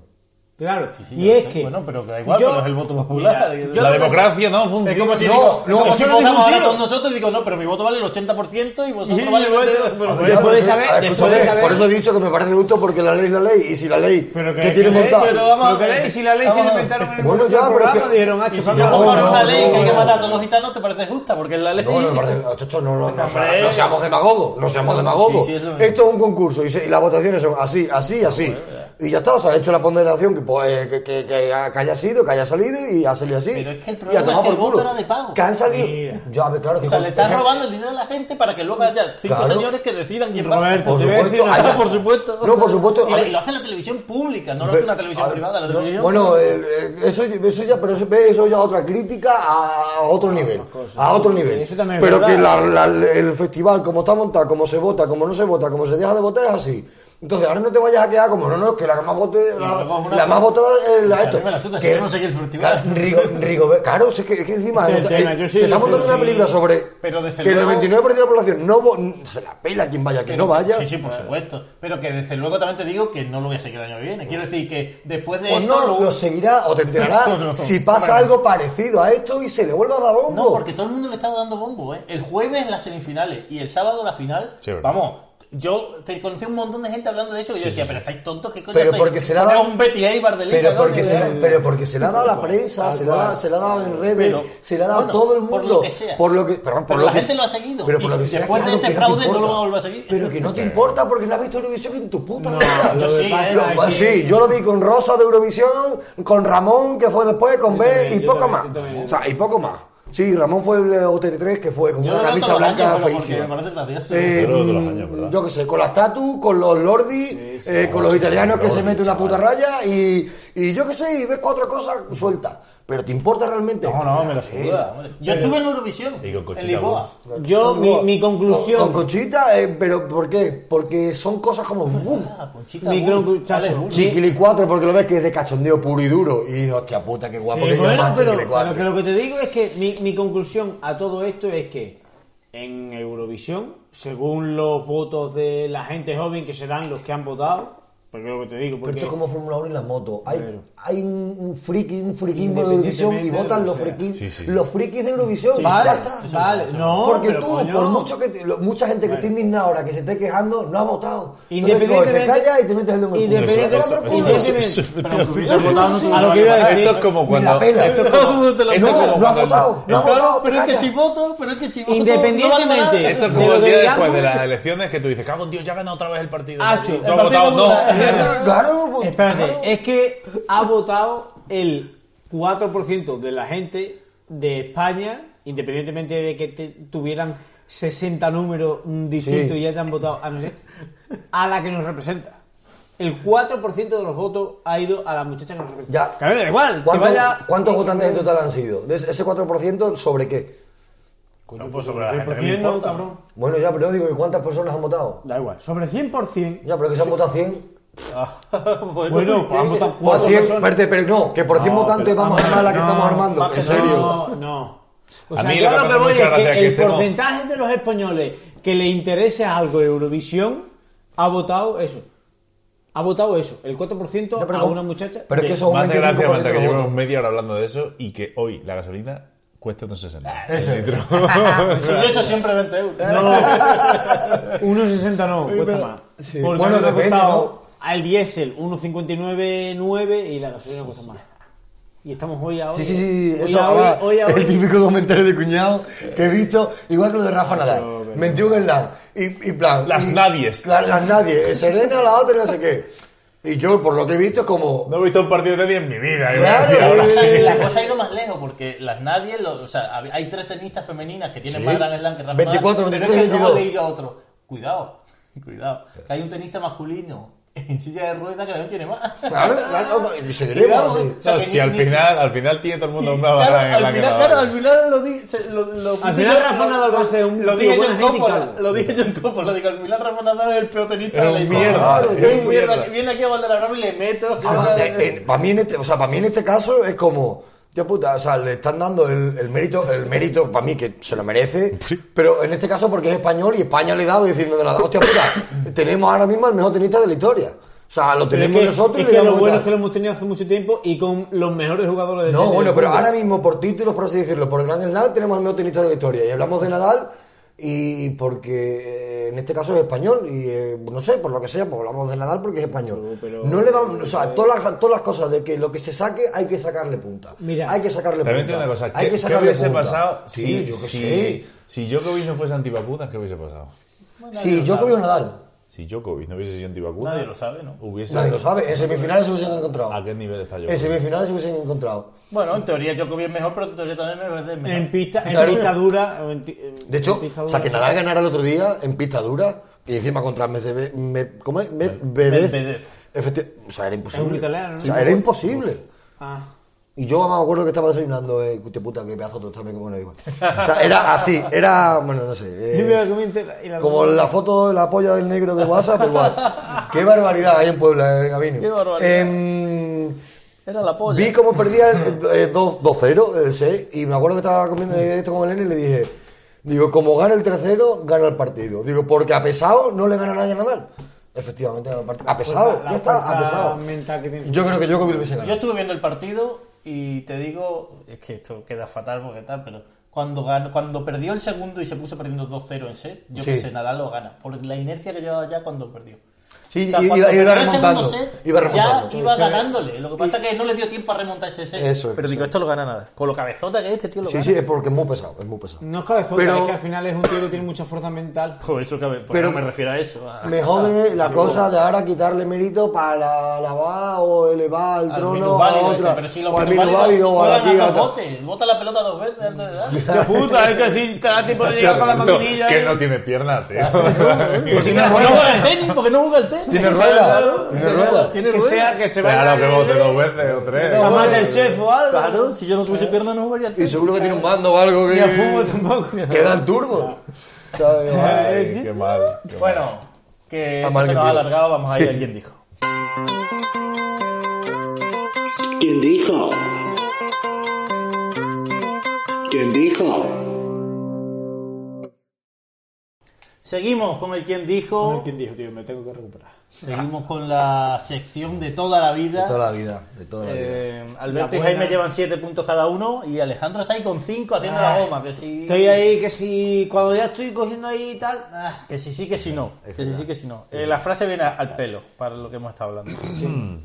Claro.
Sí,
y
yo
es
sé.
que.
Bueno, pero que da igual,
yo-
pero es el voto popular.
Mira,
Yo
la
no-
democracia no funciona.
Es como si
No,
digo, es
no,
como si
funciona
votamos ahora
discutido.
todos nosotros y digo, no, pero mi voto vale el 80% y vosotros
Sí,
vale el
yo-
20%.
pero-
Bueno,
Después
pues,
de saber-
escúchame,
después de saber-
Por eso he dicho que me parece justo porque la ley es la ley. Y si la ley
Pero que,
que
que
tiene
ley,
montada.
pero vamos a
Pero que
ver,
ley,
si la ley se
vamos
la
a ver.
inventaron en el
Bueno,
propio
ya, pero
programa,
que-
dijeron,
Y
hacho,
si
vamos
ya
a-
vamos a
no,
una
no,
ley que hay que
no.
matar a todos los gitanos, te parece justa, porque es la ley.
No, no, me parece- chacho, no, no, no,
Hombre.
sea- no seamos demagogos, no seamos demagogos.
Sí, sí, es Ah, lo mismo.
Esto es un concurso y, se- y las votaciones son así, así, así. Y ya está, o sea, ha hecho la ponderación que, pues, que, que- que ha- que haya sido, que haya salido y ha salido así.
Pero es que el
Y a
problema
tomar
es que
por
el voto
culo.
era de pago.
Que han salido.
Mira.
Ya, a ver, claro,
O sea, le están
que-
robando el dinero a la gente para que luego haya cinco
Claro.
señores que decidan quién
Roberto,
va. Ah,
Por
te voy a decir
supuesto,
una
hay-
cosa.
Por supuesto.
No, por supuesto,
Y,
hay-
y lo hace la televisión pública, no lo
Ve-
hace una televisión
a ver,
privada. La
no,
televisión
Bueno, el- el- eso, eso ya, pero eso, ve, eso ya otra crítica a, a
Ah,
otro nivel.
cosa.
A otro nivel.
Eso también es
pero
verdad.
que la- la- el festival, como está montado, como se vota, como no se vota, como se deja de votar, es así. Entonces, ahora no te vayas a quedar como, no, no, es que la que más, vote, la,
luego es una-
la más votada es la
O sea,
esto.
no me la suda, si
Que-
yo no sé quién es el festival.
Claro, Rigo, Rigoberto- claro, si es que, es que encima
Ese es el
está-
tema,
eh,
yo sí
se
lo
está
sé,
montando
sí.
una película sobre
Pero desde
que el
luego-
99% de la población no vo- se la pela quien vaya, que no vaya.
Sí, sí, por supuesto. Pero que desde luego también te digo que no lo voy a seguir el año que viene. Quiero decir que después de
O
esto.
pues no,
lo-
lo seguirá o te enterarás
Eso no.
si pasa
Bueno.
algo parecido a esto y se le vuelve a dar bombo.
No, porque todo el mundo le estaba dando bombo, ¿eh? El jueves las semifinales y el sábado la final.
Sí, verdad.
vamos, yo te conocí un montón de gente hablando de eso y yo decía, pero estáis tontos, ¿qué coño
Pero
estáis?
porque se la
Poneos
da-
un Betty Eibar de Liga,
pero
coño,
porque, se,
¿verdad?
la- pero porque se le ha dado a la prensa, se le ha dado- se le ha dado en redes,
Pero,
se le ha dado a
bueno,
todo el
por
mundo.
lo que sea.
Por lo que, perdón, por
Pero
lo
la
que-
gente lo ha seguido.
Pero por
Y
lo que sea,
después de
claro,
este
que no te
fraude no lo
importa.
va a volver a seguir.
Pero que no te
Pero-
importa porque no has visto Eurovisión en tu puta
No,
vida.
lo
Yo
que
sí,
pasa
lo-
es
Pues
que-
sí, yo lo vi con Rosa de Eurovisión, con Ramón, que fue después, con
Yo
B,
también,
y
yo
poco
también,
más.
yo también.
O sea, y poco más. Sí, Ramón fue el de OT3, que fue con
Yo
una
lo veo
camisa
todos los
blanca
años, pero porque
feísima.
me parece gracioso.
Eh,
Pero de los años, ¿verdad?
yo qué sé, con las tatu, con los lordi, eh, con los
Hostia,
italianos que
lordi,
se mete una puta
chaval.
raya y, y yo qué sé, y ves cuatro cosas sueltas. Pero ¿te importa realmente?
No, no, me lo
Sí.
suda. hombre. Yo estuve en Eurovisión,
Y con
en
Conchita
Lisboa.
Wurst.
Yo,
Con-
mi, mi
Con,
conclusión.
con Conchita, eh, pero ¿por qué? Porque son cosas como... ¡bum!
Ah, Conchita
Micro-
Wurst,
chacho,
Alex Wurst.
Chiquili 4, porque lo ves que es de cachondeo puro y duro. Y hostia puta, qué guapo
Sí,
que
bueno,
llaman
pero,
Chiquili 4.
pero que lo que te digo es que mi, mi conclusión a todo esto es que en Eurovisión, según los votos de la gente joven que serán los que han votado, porque lo que te digo,
Pero
porque
esto es como Fórmula 1 y las motos. Hay,
Claro.
hay un, un friki, un friquismo de Eurovisión y
Independientemente
votan
de lo
los
que sea.
frikis.
Sí, sí, sí.
Los frikis de Eurovisión.
vale,
ya está.
vale, no,
Porque
pero
tú,
coño.
por mucho que te- lo- mucha gente que
Bueno.
esté indignada ahora, que se esté quejando, no ha votado.
Independientemente-
Entonces, coge, te callas y te metes el dedo en el culo.
Eso-
Independiente-
eso- eso-
Independiente-
eso- eso-
Pero aunque hubiese votado, no te
Sí,
lo
a lo que
vale.
iba a decir.
Esto es como
Me
cuando.
la pela.
Esto es como-
No, te lo-
esto es
No,
como
no ha
cuando-
votado, no ha
Pero-
votado.
pero es que
calla.
si voto, pero es que si voto.
Independientemente.
no vale
Esto
nada.
es
de
como
lo
el
de
día
Irán,
después de
¿no?
las elecciones que tú dices, cago en Dios, ya ha ganado otra vez el partido.
Ah,
Tú
sí,
has
el
votado
Partido
no.
Popular.
Claro, pues, claro.
Espérate, es que ha votado el 4% de la gente de España, independientemente de que te- tuvieran 60 números mm, distintos
Sí.
y hayan votado a no sé, a la que nos representa. El 4% de los votos ha ido a la muchacha que nos representa.
Ya.
Que a mí me da igual. que
¿Cuánto-
vaya-
¿Cuántos votantes en total han sido? De ese 4% sobre qué?
No, pues, sobre la gente que le
100%,
importa.
cabrón.
Bueno, ya, pero yo digo, ¿y cuántas personas han votado?
Da igual. Sobre 100%.
Ya, pero que se han votado 100.
Bueno,
Bueno, pues
eh,
han votado cuatro
Por cien,
personas.
espérate, pero no, que por 100
No,
votantes
pero
vamos a
vamos
armar
a
la
ver,
que
no,
estamos armando.
más que
En serio.
No, no. O
A
sea,
mí lo
yo
que
lo
me
que
hace
voy es
mucha gracia es que
que el
este no-
porcentaje de los españoles que le interese algo Eurovisión ha votado eso. ha votado eso, el 4%
No, pero
a
¿cómo?
una muchacha.
Pero es que eso es un
Más
25%
de gracia, Marta, que
de voto.
llevamos media hora hablando de eso y que hoy la gasolina cuesta unos 60.
Eso.
El litro.
Si lo he hecho siempre 20 euros.
1,60 no, cuesta
pero-
más.
sí. Bueno,
Porque bueno, ha
depende,
costado al diésel 1,59,9 y la gasolina cuesta más. Y estamos hoy a hoy.
Sí, sí, sí,
hoy
eso
a hoy,
ahora
hoy a
es
hoy.
el típico comentario de cuñado que he visto, igual que lo de Rafa Nadal.
pero-
21 en LAN. Y, y plan.
Las
y-
nadies.
la- Las, nadie. eh, Serena, la otra, no sé qué. Y yo, por lo que he visto, es como.
No he visto un partido de 10 en mi vida. iba a
Claro,
decir ahora.
eh,
La cosa ha ido más lejos porque las nadie, lo- o sea, hab- hay tres tenistas femeninas que tienen
Sí.
más gran slam que Rafa
24,
Nadal,
23,
pero es que luego
22.
le diga a otro, cuidado, cuidado, que hay un tenista masculino en silla de ruedas que también tiene más.
Claro, claro, no, y seguiremos así.
o sea,
No,
que
si
ni-
al
ni-
final, al final tiene todo el mundo una
Claro,
barra en la
al
que
final,
la
claro,
barra.
al final lo di, se- lo, lo
Al
puse
final
yo-
Rafa
lo-
Nadal va a ser un
lo
tío
dije yo
bueno
en
y
Coppola,
calvo.
lo dije yo en Coppola, lo digo, al final Rafa Nadal es el peor tenista
Es
de
un
la
mierda,
Claro,
es
que
un
un mierda,
mierda. Ah,
que viene aquí a Valderrama y le meto.
para mí en este, o sea, para mí en este caso es como, tío puta, o sea, le están dando el, el mérito, el mérito para mí que se lo merece, pero en este caso porque es español y España le da diciendo de la hostia puta, tenemos ahora mismo el mejor tenista de la historia. O sea, lo
Pero es
tenemos
que,
nosotros
es
y le
que
damos
lo bueno
otra.
es que lo hemos tenido hace mucho tiempo y con los mejores jugadores de
No,
tenis
bueno,
del
pero
mundo.
ahora mismo por títulos, por así decirlo, por Gran Slam tenemos al mejor tenista de la historia. Y hablamos de Nadal y porque eh, en este caso es español y eh, no sé, por lo que sea, pues hablamos de Nadal porque es español.
No, pero-
no le vamos, o sea, todas las, todas las cosas de que lo que se saque hay que sacarle punta.
Mira.
hay que sacarle
También
punta.
tengo una cosa.
hay
¿Qué,
que
qué
sacarle
hubiese
punta.
pasado
Sí,
si,
yo qué
si,
sé.
si Djokovic no fuese antivacunas? ¿Qué hubiese pasado?
Si yo creo Nadal,
Si Djokovic no hubiese sido antivacunas,
Nadie lo sabe, ¿no?
hubiese
nadie lo sabe, en semifinales se hubiesen encontrado.
¿A Ah, qué nivel está
En
Djokovic?
semifinales se hubiesen encontrado.
Bueno, en teoría Djokovic es mejor, pero en teoría también Medvedev es mejor.
En pista, en
Claro.
pista dura. o en ti- en
De hecho,
pista
o sea,
dura.
que Nadal ganara el otro día en pista dura y encima contra Medvedev. Me, ¿Cómo es? Medvedev.
Medvedev.
Efecti- O sea, era imposible.
Es un italiano, ¿no?
O sea, era imposible.
Ah.
Y yo además me acuerdo que estaba desayunando, eh, hostia puta, que pedazo de tostada me como no digo. O sea, era así, era, bueno, no sé.
Y
eh,
me la comí entera y la-
como la foto de la polla del negro de WhatsApp, pero igual. Qué barbaridad hay en Puebla, eh, Gabino.
Qué barbaridad.
Em,
Era la polla.
Vi cómo perdía el, eh, 2 2-0, el 6, y me acuerdo que estaba comiendo esto con Elena y le dije, digo, como gana el tercero, gana el partido. Digo, porque a pesado no le gana nadie a Nadal. Efectivamente, gana el partido. A pesado,
la
ya está, a
fuerza
pesado.
mental que tiene.
Yo creo que yo lo hubiese
Yo
ganado.
estuve viendo el partido y te digo, es que esto queda fatal porque tal, pero cuando ganó- cuando perdió el segundo y se puso perdiendo 2-0 en set, yo
Sí.
pensé, Nadal lo gana, por la inercia que llevaba ya cuando perdió.
Sí,
O sea,
i-
cuando
iba, iba
perdió el segundo
remontando.
set,
Iba remontando.
Ya iba
Sí.
ganándole. Lo que pasa es que no le dio tiempo a remontar ese set.
Eso es,
pero digo,
eso es.
esto lo gana nada. Con lo cabezota que es este tío lo
Sí,
gana.
sí, es porque es muy pesado, es muy pesado.
No es cabezota,
Pero-
es que al final es un tío que tiene mucha fuerza mental.
Joder, eso cabe, por
Pero-
no me refiero a eso. a-
Me jode la cosa de ahora quitarle mérito para lavar o elevar el
al
trono a
minusválido ese,
otra.
pero si los
o al
minusválidos
minusválido o a la
juegan
tía.
a dos
otra.
botes, bota la pelota dos veces antes de dar.
La puta, es que así te da tiempo de llegar con la maquinilla.
que no tiene piernas, tío.
Que si
Porque
no
Pues
juega-
no juega el tenis, porque no juega el tenis.
Tiene rueda,
Claro,
tiene rueda.
tiene
Que
rueda.
sea, que se vaya.
Claro Pues que vote dos veces o tres.
A Masterchef o algo.
Claro, si yo no tuviese piernas no jugaría al
Y
tenis.
seguro que tiene un mando o algo que.
Ni a fútbol tampoco.
Que da el turbo. ¿Sabes?
Ay, qué mal. qué mal.
Bueno, que
Vamos
esto
al
se nos ha
quien dijo.
alargado, vamos a ir
Sí.
a quien dijo.
¿Quién dijo? ¿Quién dijo?
Seguimos con el quien dijo,
¿Quién dijo, tío? Me tengo que recuperar.
seguimos con la sección de toda la
De toda
vida.
la vida, de toda la vida.
Eh, Alberto y
La buena.
Jaime llevan 7 puntos cada uno y Alejandro está ahí con 5 haciendo la goma. Que si...
Ah, Estoy ahí, que si cuando ya estoy cogiendo ahí y tal. ah.
Que si sí, que si no. Que si sí, que si no. Eh, la frase viene a- al pelo, para lo que hemos estado hablando.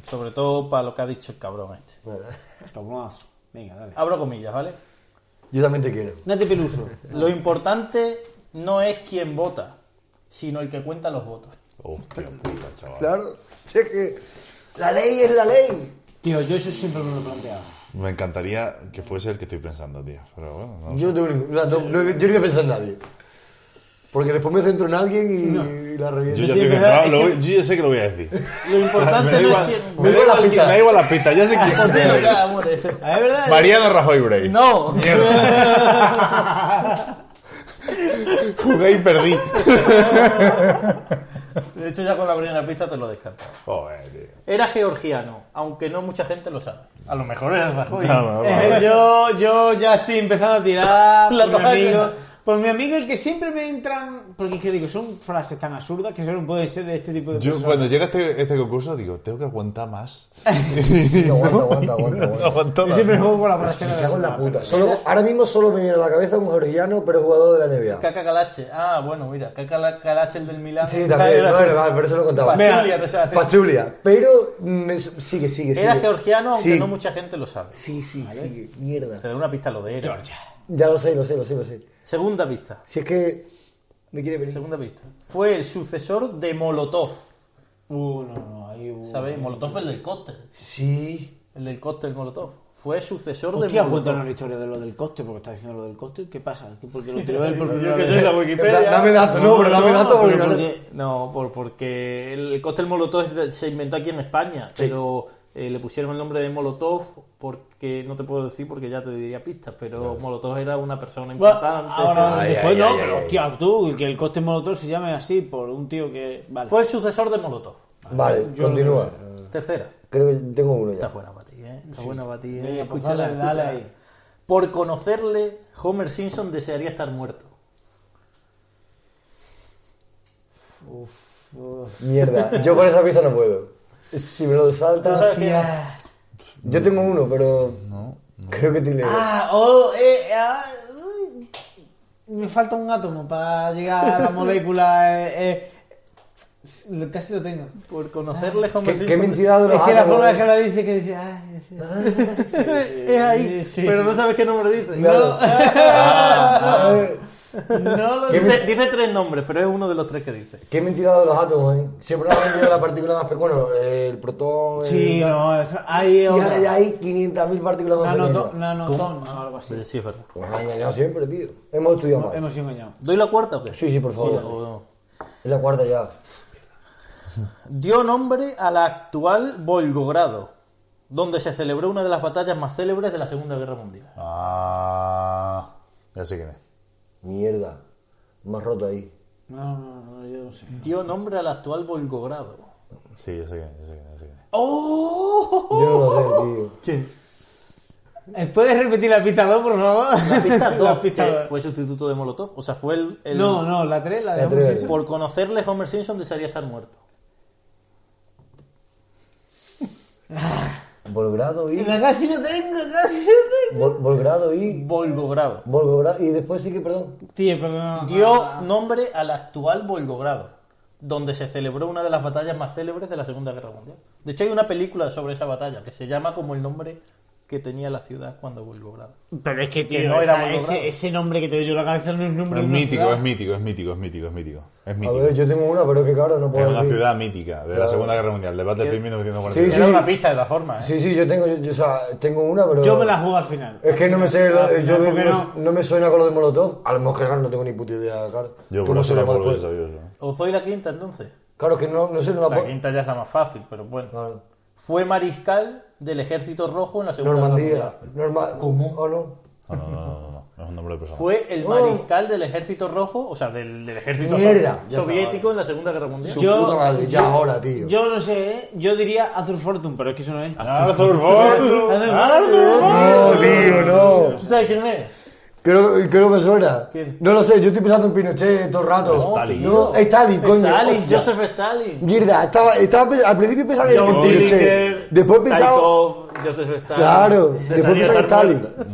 Sobre todo para lo que ha dicho el cabrón este.
Cabronazo. Venga, dale.
Abro comillas, ¿vale?
Yo también te quiero.
Nate Peluso.
Lo importante no es quién vota, sino el que cuenta los votos.
Hostia puta, chaval.
Claro. Si es que la ley es la ley.
Tío, yo eso siempre me lo planteaba.
Me encantaría que fuese el que estoy pensando, tío. Pero bueno, no.
Yo no tengo ningún. No, no, no- yo no voy a pensar en nadie. Porque después me centro en alguien y, y la reviento.
Yo ya estoy
Yo
centrado,
es
lo
que-
voy- yo ya sé que lo voy a decir.
Lo importante no es quién
Me
vota.
da igual la
quién-
pita.
me da igual la pita, ya sé quién.
Joder, ya, amor, eso.
Ah, ¿Es verdad?
Mariano Rajoy Bray.
No,
Jugué y perdí.
de hecho ya con la primera pista te lo descarto.
Joder, tío.
Era georgiano, aunque no mucha gente lo sabe. A lo mejor era Rajoy.
No, no, no.
Eh, yo, yo ya estoy empezando a tirar
La
por mi
toalla.
amigo. Pues mi amigo, el que siempre me entran. Porque es que digo, son frases tan absurdas que solo pueden ser de este tipo de
Yo
personas.
cuando llega este, este concurso digo, tengo que aguantar más.
Aguanta, aguanta, aguanta, aguanta.
Aguantar
Yo
más.
siempre juego con la frase de
Me cago en la puta. Solo, ahora mismo solo me viene a la cabeza un georgiano, pero jugador de la NBA.
Caca Calache. Ah, bueno, mira, Caca la- Calache el del Milán.
Sí, también. Vale, vale, pero eso lo contaba.
Pachulia, te sabes.
Pachulia. Pero mm, es- sigue, sigue, sigue.
Era georgiano, aunque
Sí.
no mucha gente lo sabe.
Sí, sí, sigue. Mierda.
Te doy una pista, lo de era. Georgia.
Ya lo sé, lo sé, lo sé, lo sé.
Segunda pista.
Si es que me quiere venir.
Segunda pista. Fue el sucesor de Molotov.
Uh, no, no, ahí hubo.
¿Sabéis? Molotov el del cóctel.
Sí.
El del cóctel Molotov. Fue sucesor de
Hostia,
Molotov.
cuéntanos la historia de lo del coste, porque está diciendo lo del coste. ¿Qué pasa? ¿Que Porque lo tiró él por primera
que
vez.
soy la
Da-
Wikipedia.
dame datos, no, pero dame datos porque
pero
ahora-
porque-
No, por, porque el cóctel Molotov es de- se inventó aquí en España, pero eh, le pusieron el nombre de Molotov porque no te puedo decir porque ya te diría pistas, pero Molotov era una persona
Bueno,
importante.
ahora,
Ay,
después
ay,
no,
ay,
pero
ay,
hostia, tú, que el coste molotov se llame así por un tío que. Vale.
Fue el sucesor de Molotov.
Vale, continúa.
Tercera.
Creo que tengo uno
Está
ya.
buena para ti, ¿eh? Está buena para ti, ¿eh?
Venga, pues
Escúchala,
dale, dale
escúchala.
ahí.
Por conocerle, Homer Simpson desearía estar muerto.
Mierda. Yo con esa pista no puedo. Si me lo
¿Tú sabes
saltas.
quién es?
Ah,
Yo tengo uno, pero. Creo que te leo.
ah, oh, eh, ah, uy. me falta un átomo para llegar a la molécula. eh, eh. Lo- Casi lo tengo.
Por conocerle, Homer
Qué,
Simpson.
qué mentira de los
Es que la
átomos,
forma
¿eh?
de que lo dice, que dice. ah,
es ahí,
Sí,
pero
sí.
no sabes qué nombre dice.
Claro. Ah, eh.
no lo
¿Qué,
Dice, dice tres nombres, pero es uno de los tres que dice.
qué mentira de los átomos, ¿eh? Siempre nos han vendido la partícula más pequeña. Bueno, el protón. el-
Sí, Ah, no, es- ahí
Y
es
ahora ya
otra.
hay 500.000 partículas más
Nanoto-
pequeñas.
Nanotón o algo así.
Pero sí, es verdad.
Nos han engañado siempre, tío. Hemos estudiado mal.
Hemos sido engañados.
¿Doy la cuarta o qué?
Sí, sí, por favor.
o no.
Es la cuarta ya.
Dio nombre a la actual Volgogrado, donde se celebró una de las batallas más célebres de la Segunda Guerra Mundial.
Ah, ya sé quién es.
Mierda. Más roto ahí.
No, no, no, yo no sé.
Dio nombre a la actual Volgogrado.
Sí, ya sé quién es, ya sé quién es, ya sé quién es.
¡Oh!
Yo no lo sé, tío.
¿Quién?
¿Puedes repetir la pista 2, por favor?
La pista dos,
La pista
que
dos.
fue sustituto de Molotov. O sea, fue el. el-
No, no, la 3, la de
La
Homer
tres.
Simpson.
Por conocerle, Homer Simpson desearía estar muerto.
Volgrado y.
La casi lo tengo, casi lo
Vol- Volgrado y.
Volgogrado.
Volgogrado. Y después sí que, perdón.
tengo. Tío, perdón.
Ah.
Dio nombre al actual Volgogrado, donde se celebró una de las batallas más célebres de la Segunda Guerra Mundial. De hecho, hay una película sobre esa batalla que se llama como el nombre que tenía la ciudad cuando Volgogrado.
Pero es que, tío,
no
esa-
era muy logrado.
ese, ese nombre que te doy yo en la cabeza no es nombre
Es
de una
mítico,
ciudad.
es mítico, es mítico, es mítico, es mítico. Es
A ver,
mítico.
yo tengo una, pero es que claro, no
Es
puedo
una
decir.
ciudad mítica de la Segunda Guerra Mundial, de Battlefield 1942.
Sí, sí.
Era una pista de la forma, ¿eh?
Sí, sí, yo tengo, yo, yo, o sea, tengo una, pero.
Yo me la juego al final.
Es que no me sé,
Al
yo
final,
de-
¿por qué
no,
no?
no me suena con lo de Molotov. A lo mejor que claro, no tengo ni puta idea, claro.
Yo
Tú
por
no
eso
sé lo
tampoco
más,
lo
pues.
he sabido yo. ¿eh?
¿Os doy la quinta entonces?
Claro, es que no, no sé, no la
La
puedo.
quinta ya es la más fácil, pero bueno.
Claro.
Fue mariscal del Ejército Rojo en la Segunda Guerra
Normandía.
Mundial.
Norma...
¿Cómo?
¿O no?
No, no, no, no, no, no es un nombre de persona.
Fue el
Oh.
mariscal del Ejército Rojo, o sea, del, del Ejército
Mierda,
so-
ya
soviético en la Segunda Guerra Mundial.
Su
Yo-
puta madre, ya
yo-
ahora, tío.
Yo no sé, ¿eh? yo diría Azul Fortune, pero es que eso no es.
Arthur Ford.
Arthur
No, Ah, tío, no.
¿Tú sabes quién es?
Creo, creo que me suena.
¿Quién?
No lo sé, yo estoy pensando en Pinochet todo el rato.
Stalin.
No, Stalin, coño.
Stalin,
hostia.
Joseph Stalin.
Mierda, estaba, estaba, pe- al principio pensaba que era
John
Pinochet.
Dillinger,
Después pensaba.
Tykov, Joseph Stalin.
Claro,
Te
después
salía
pensaba
Star
en Stalin.
Wars.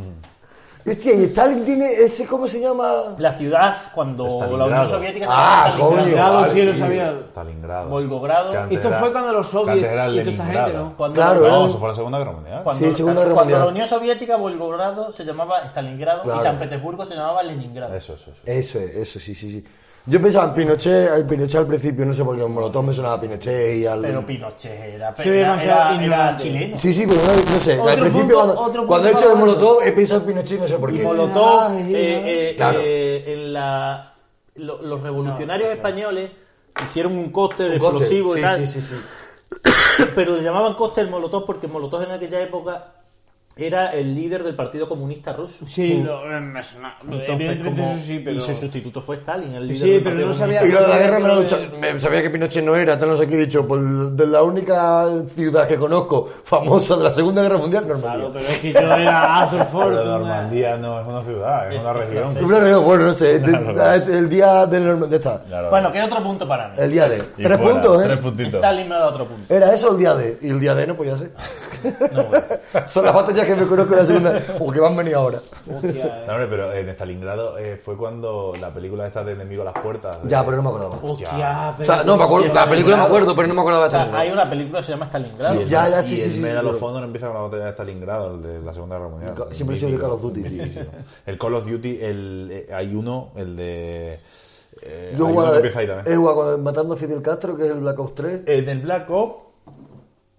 Hostia, y Stalin tiene ese, ¿cómo se llama?
La ciudad, cuando la Unión
Stalingrado.
Soviética
Ah,
se llamaba Stalingrado.
coño.
Grado,
Vale,
sí, lo
tío.
sabía.
Stalingrado.
Volgogrado.
Esto fue cuando los soviets
Catedral
y toda esta
Leningrada.
gente, ¿no?
Cuando-
Claro,
No,
era-
eso fue la Segunda Guerra Mundial.
Cuando,
Sí, Segunda Guerra
cuando la
Mundial.
Unión Soviética, Volgogrado se llamaba Stalingrado
Claro.
y San Petersburgo se llamaba Leningrado.
Eso, eso, eso.
Eso es, eso, sí, sí, sí. Yo pensaba en Pinochet, al Pinochet al principio, no sé por qué, en Molotov me sonaba a Pinochet y al...
Pero Pinochet era,
Sí,
era,
demasiado
era- era
ignorante.
chileno.
Sí, sí, pero no, no sé.
Otro
al principio,
punto,
cuando,
otro
cuando he
punto
hecho el
para
Molotov, he pensado en Pinochet, no sé por
Y
qué.
Molotov,
Ay,
eh, eh,
Claro.
eh, en la, lo- los revolucionarios españoles hicieron un cóctel
Un cóctel.
explosivo
sí,
y tal.
sí, sí, sí.
Pero le llamaban cóctel Molotov porque Molotov en aquella época era el líder del Partido Comunista Ruso.
Sí, lo, eh, me suena-
Entonces,
evidentemente
como,
eso sí, pero...
Y su sustituto fue Stalin, el líder
Sí,
del
pero
Partido
no
Comunista.
sabía-
Y lo de la guerra me lo
Lo de-
me- sabía que Pinochet no era, tal no sé qué he dicho, pues de la única ciudad que conozco famosa de la Segunda Guerra Mundial,
Claro,
Normandía.
pero es que yo era eh. Arthur Ford.
Pero
una-
Normandía no es una ciudad, es
Es-
una
es
región.
francés.
Una región, bueno, no sé, de-
Claro,
a-
claro.
el día de Normandía está.
Claro.
Bueno, ¿qué otro punto para mí?
El día de.
Y
Tres
fuera,
puntos, ¿eh?
Tres puntitos.
Stalin me ha dado otro punto.
Era eso el día de. Y el día de no, pues ya sé.
No, bueno.
Son las batallas que me conozco de la Segunda o que van a venir ahora.
Hostia, eh.
No, hombre, pero en Stalingrado eh, fue cuando la película esta de Enemigo a las Puertas. de-
Ya, pero no me acordaba.
Hostia,
O
Ah, pero...
sea, no me acuerdo, la película me acuerdo, pero no me acordaba
O
de
sea, hay
esa.
una película que se llama Stalingrado.
Y el-
Ya, ya,
y
sí,
el
sí, sí,
Medal
sí,
of
seguro.
Honor empieza con la batalla de Stalingrado, el de la Segunda Guerra Mundial.
Ca- siempre he sido de Call of Duty, tío.
Mitiquísimo. El Call of Duty, el, eh, hay uno, el de. eh,
Yo igual,
hay uno que
eh,
empieza ahí también.
eh, igual, cuando- matando a Fidel Castro, que es el Black Ops 3.
En el Black Ops.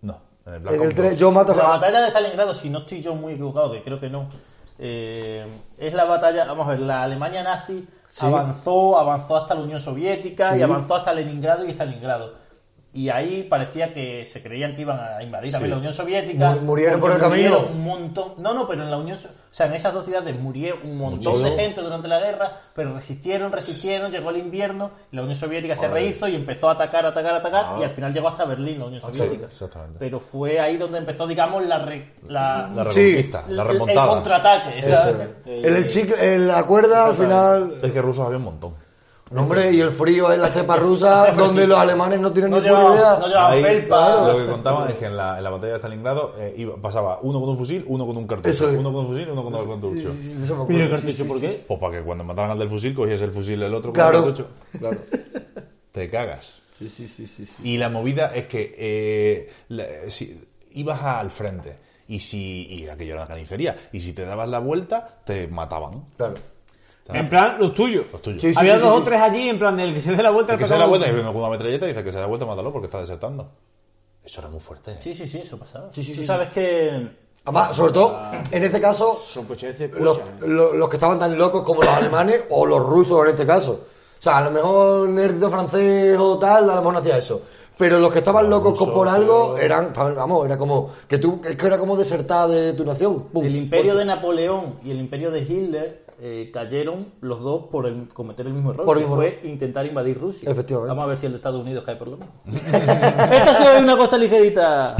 No, en el Black
En
Ops.
el 3
no.
yo mato
La
a...
batalla de Stalingrado, si no estoy yo muy equivocado, que creo que no, eh, es la batalla, vamos a ver, la Alemania nazi
Sí.
avanzó, avanzó hasta la Unión Soviética
Sí.
y avanzó hasta Leningrado y Stalingrado. Y ahí parecía que se creían que iban a invadir también la Unión Soviética.
Mu- murieron
porque
por el
murieron
camino.
Un montón. No, no, pero en la Unión, So- o sea, en esas dos ciudades murió un montón
Muchísimo.
de gente durante la guerra, pero resistieron, resistieron, llegó el invierno, y la Unión Soviética se
Joder.
rehizo y empezó a atacar, atacar, atacar,
Ah.
y al final llegó hasta Berlín la
Ah,
Unión
Sí,
Soviética.
exactamente.
Pero fue ahí donde empezó, digamos, la, re- la,
La
Sí.
reconquista, la
el-
remontada.
El contraataque. ¿sabes?
Ese. El, el chicle, el- la cuerda, al final...
Es que rusos había un montón.
No, hombre, y el frío en la cepa rusa,
Hace frío.
donde los alemanes no tienen
No
ni puta
llevaba-
idea.
no llevaba
Ahí,
felpa.
Lo que contaban es que en la, en la batalla de Stalingrado eh, iba- pasaba uno con un fusil, uno con un cartucho.
Eso es.
Uno con un fusil, uno con un
Sí,
cartucho.
sí, sí, eso me
Mira,
acuerdo,
Cartucho,
sí, sí,
¿por
sí.
qué?
Pues para que cuando mataran al del fusil, cogiese el fusil el otro con
Claro.
el cartucho. Claro. Te cagas.
Sí, sí, sí, sí, sí.
Y la movida es que eh, la- si, ibas al frente y si y aquello era una carnicería y si te dabas la vuelta te mataban.
Claro.
En plan, los tuyos.
Los tuyos.
Sí, sí,
Había
sí,
dos
sí.
o tres allí, en plan, el que se dé la vuelta...
El que
al
se da la
patagón.
vuelta y viene con una metralleta y dice que se da la vuelta, mátalo porque está desertando. Eso era muy fuerte. ¿eh?
Sí, sí, sí, eso pasaba.
Sí, sí,
Tú
sí.
sabes que...
Además, sobre todo, en este caso,
Son cocheces,
los,
pucha, eh.
lo- los que estaban tan locos como los alemanes o los rusos en este caso. O sea, a lo mejor un ejército francés o tal, a lo mejor no hacía eso. Pero los que estaban
Los
locos
rusos,
por algo
pero-
eran, estaban- vamos, era como que tú, es que era como desertar de tu nación. Pum.
El imperio de Napoleón y el imperio de Hitler eh, cayeron los dos por el- cometer el mismo error,
Por el
que
mismo
fue
error.
intentar invadir Rusia.
Efectivamente.
Vamos a ver si el de Estados Unidos cae por lo mismo. Esta sí es una cosa ligerita.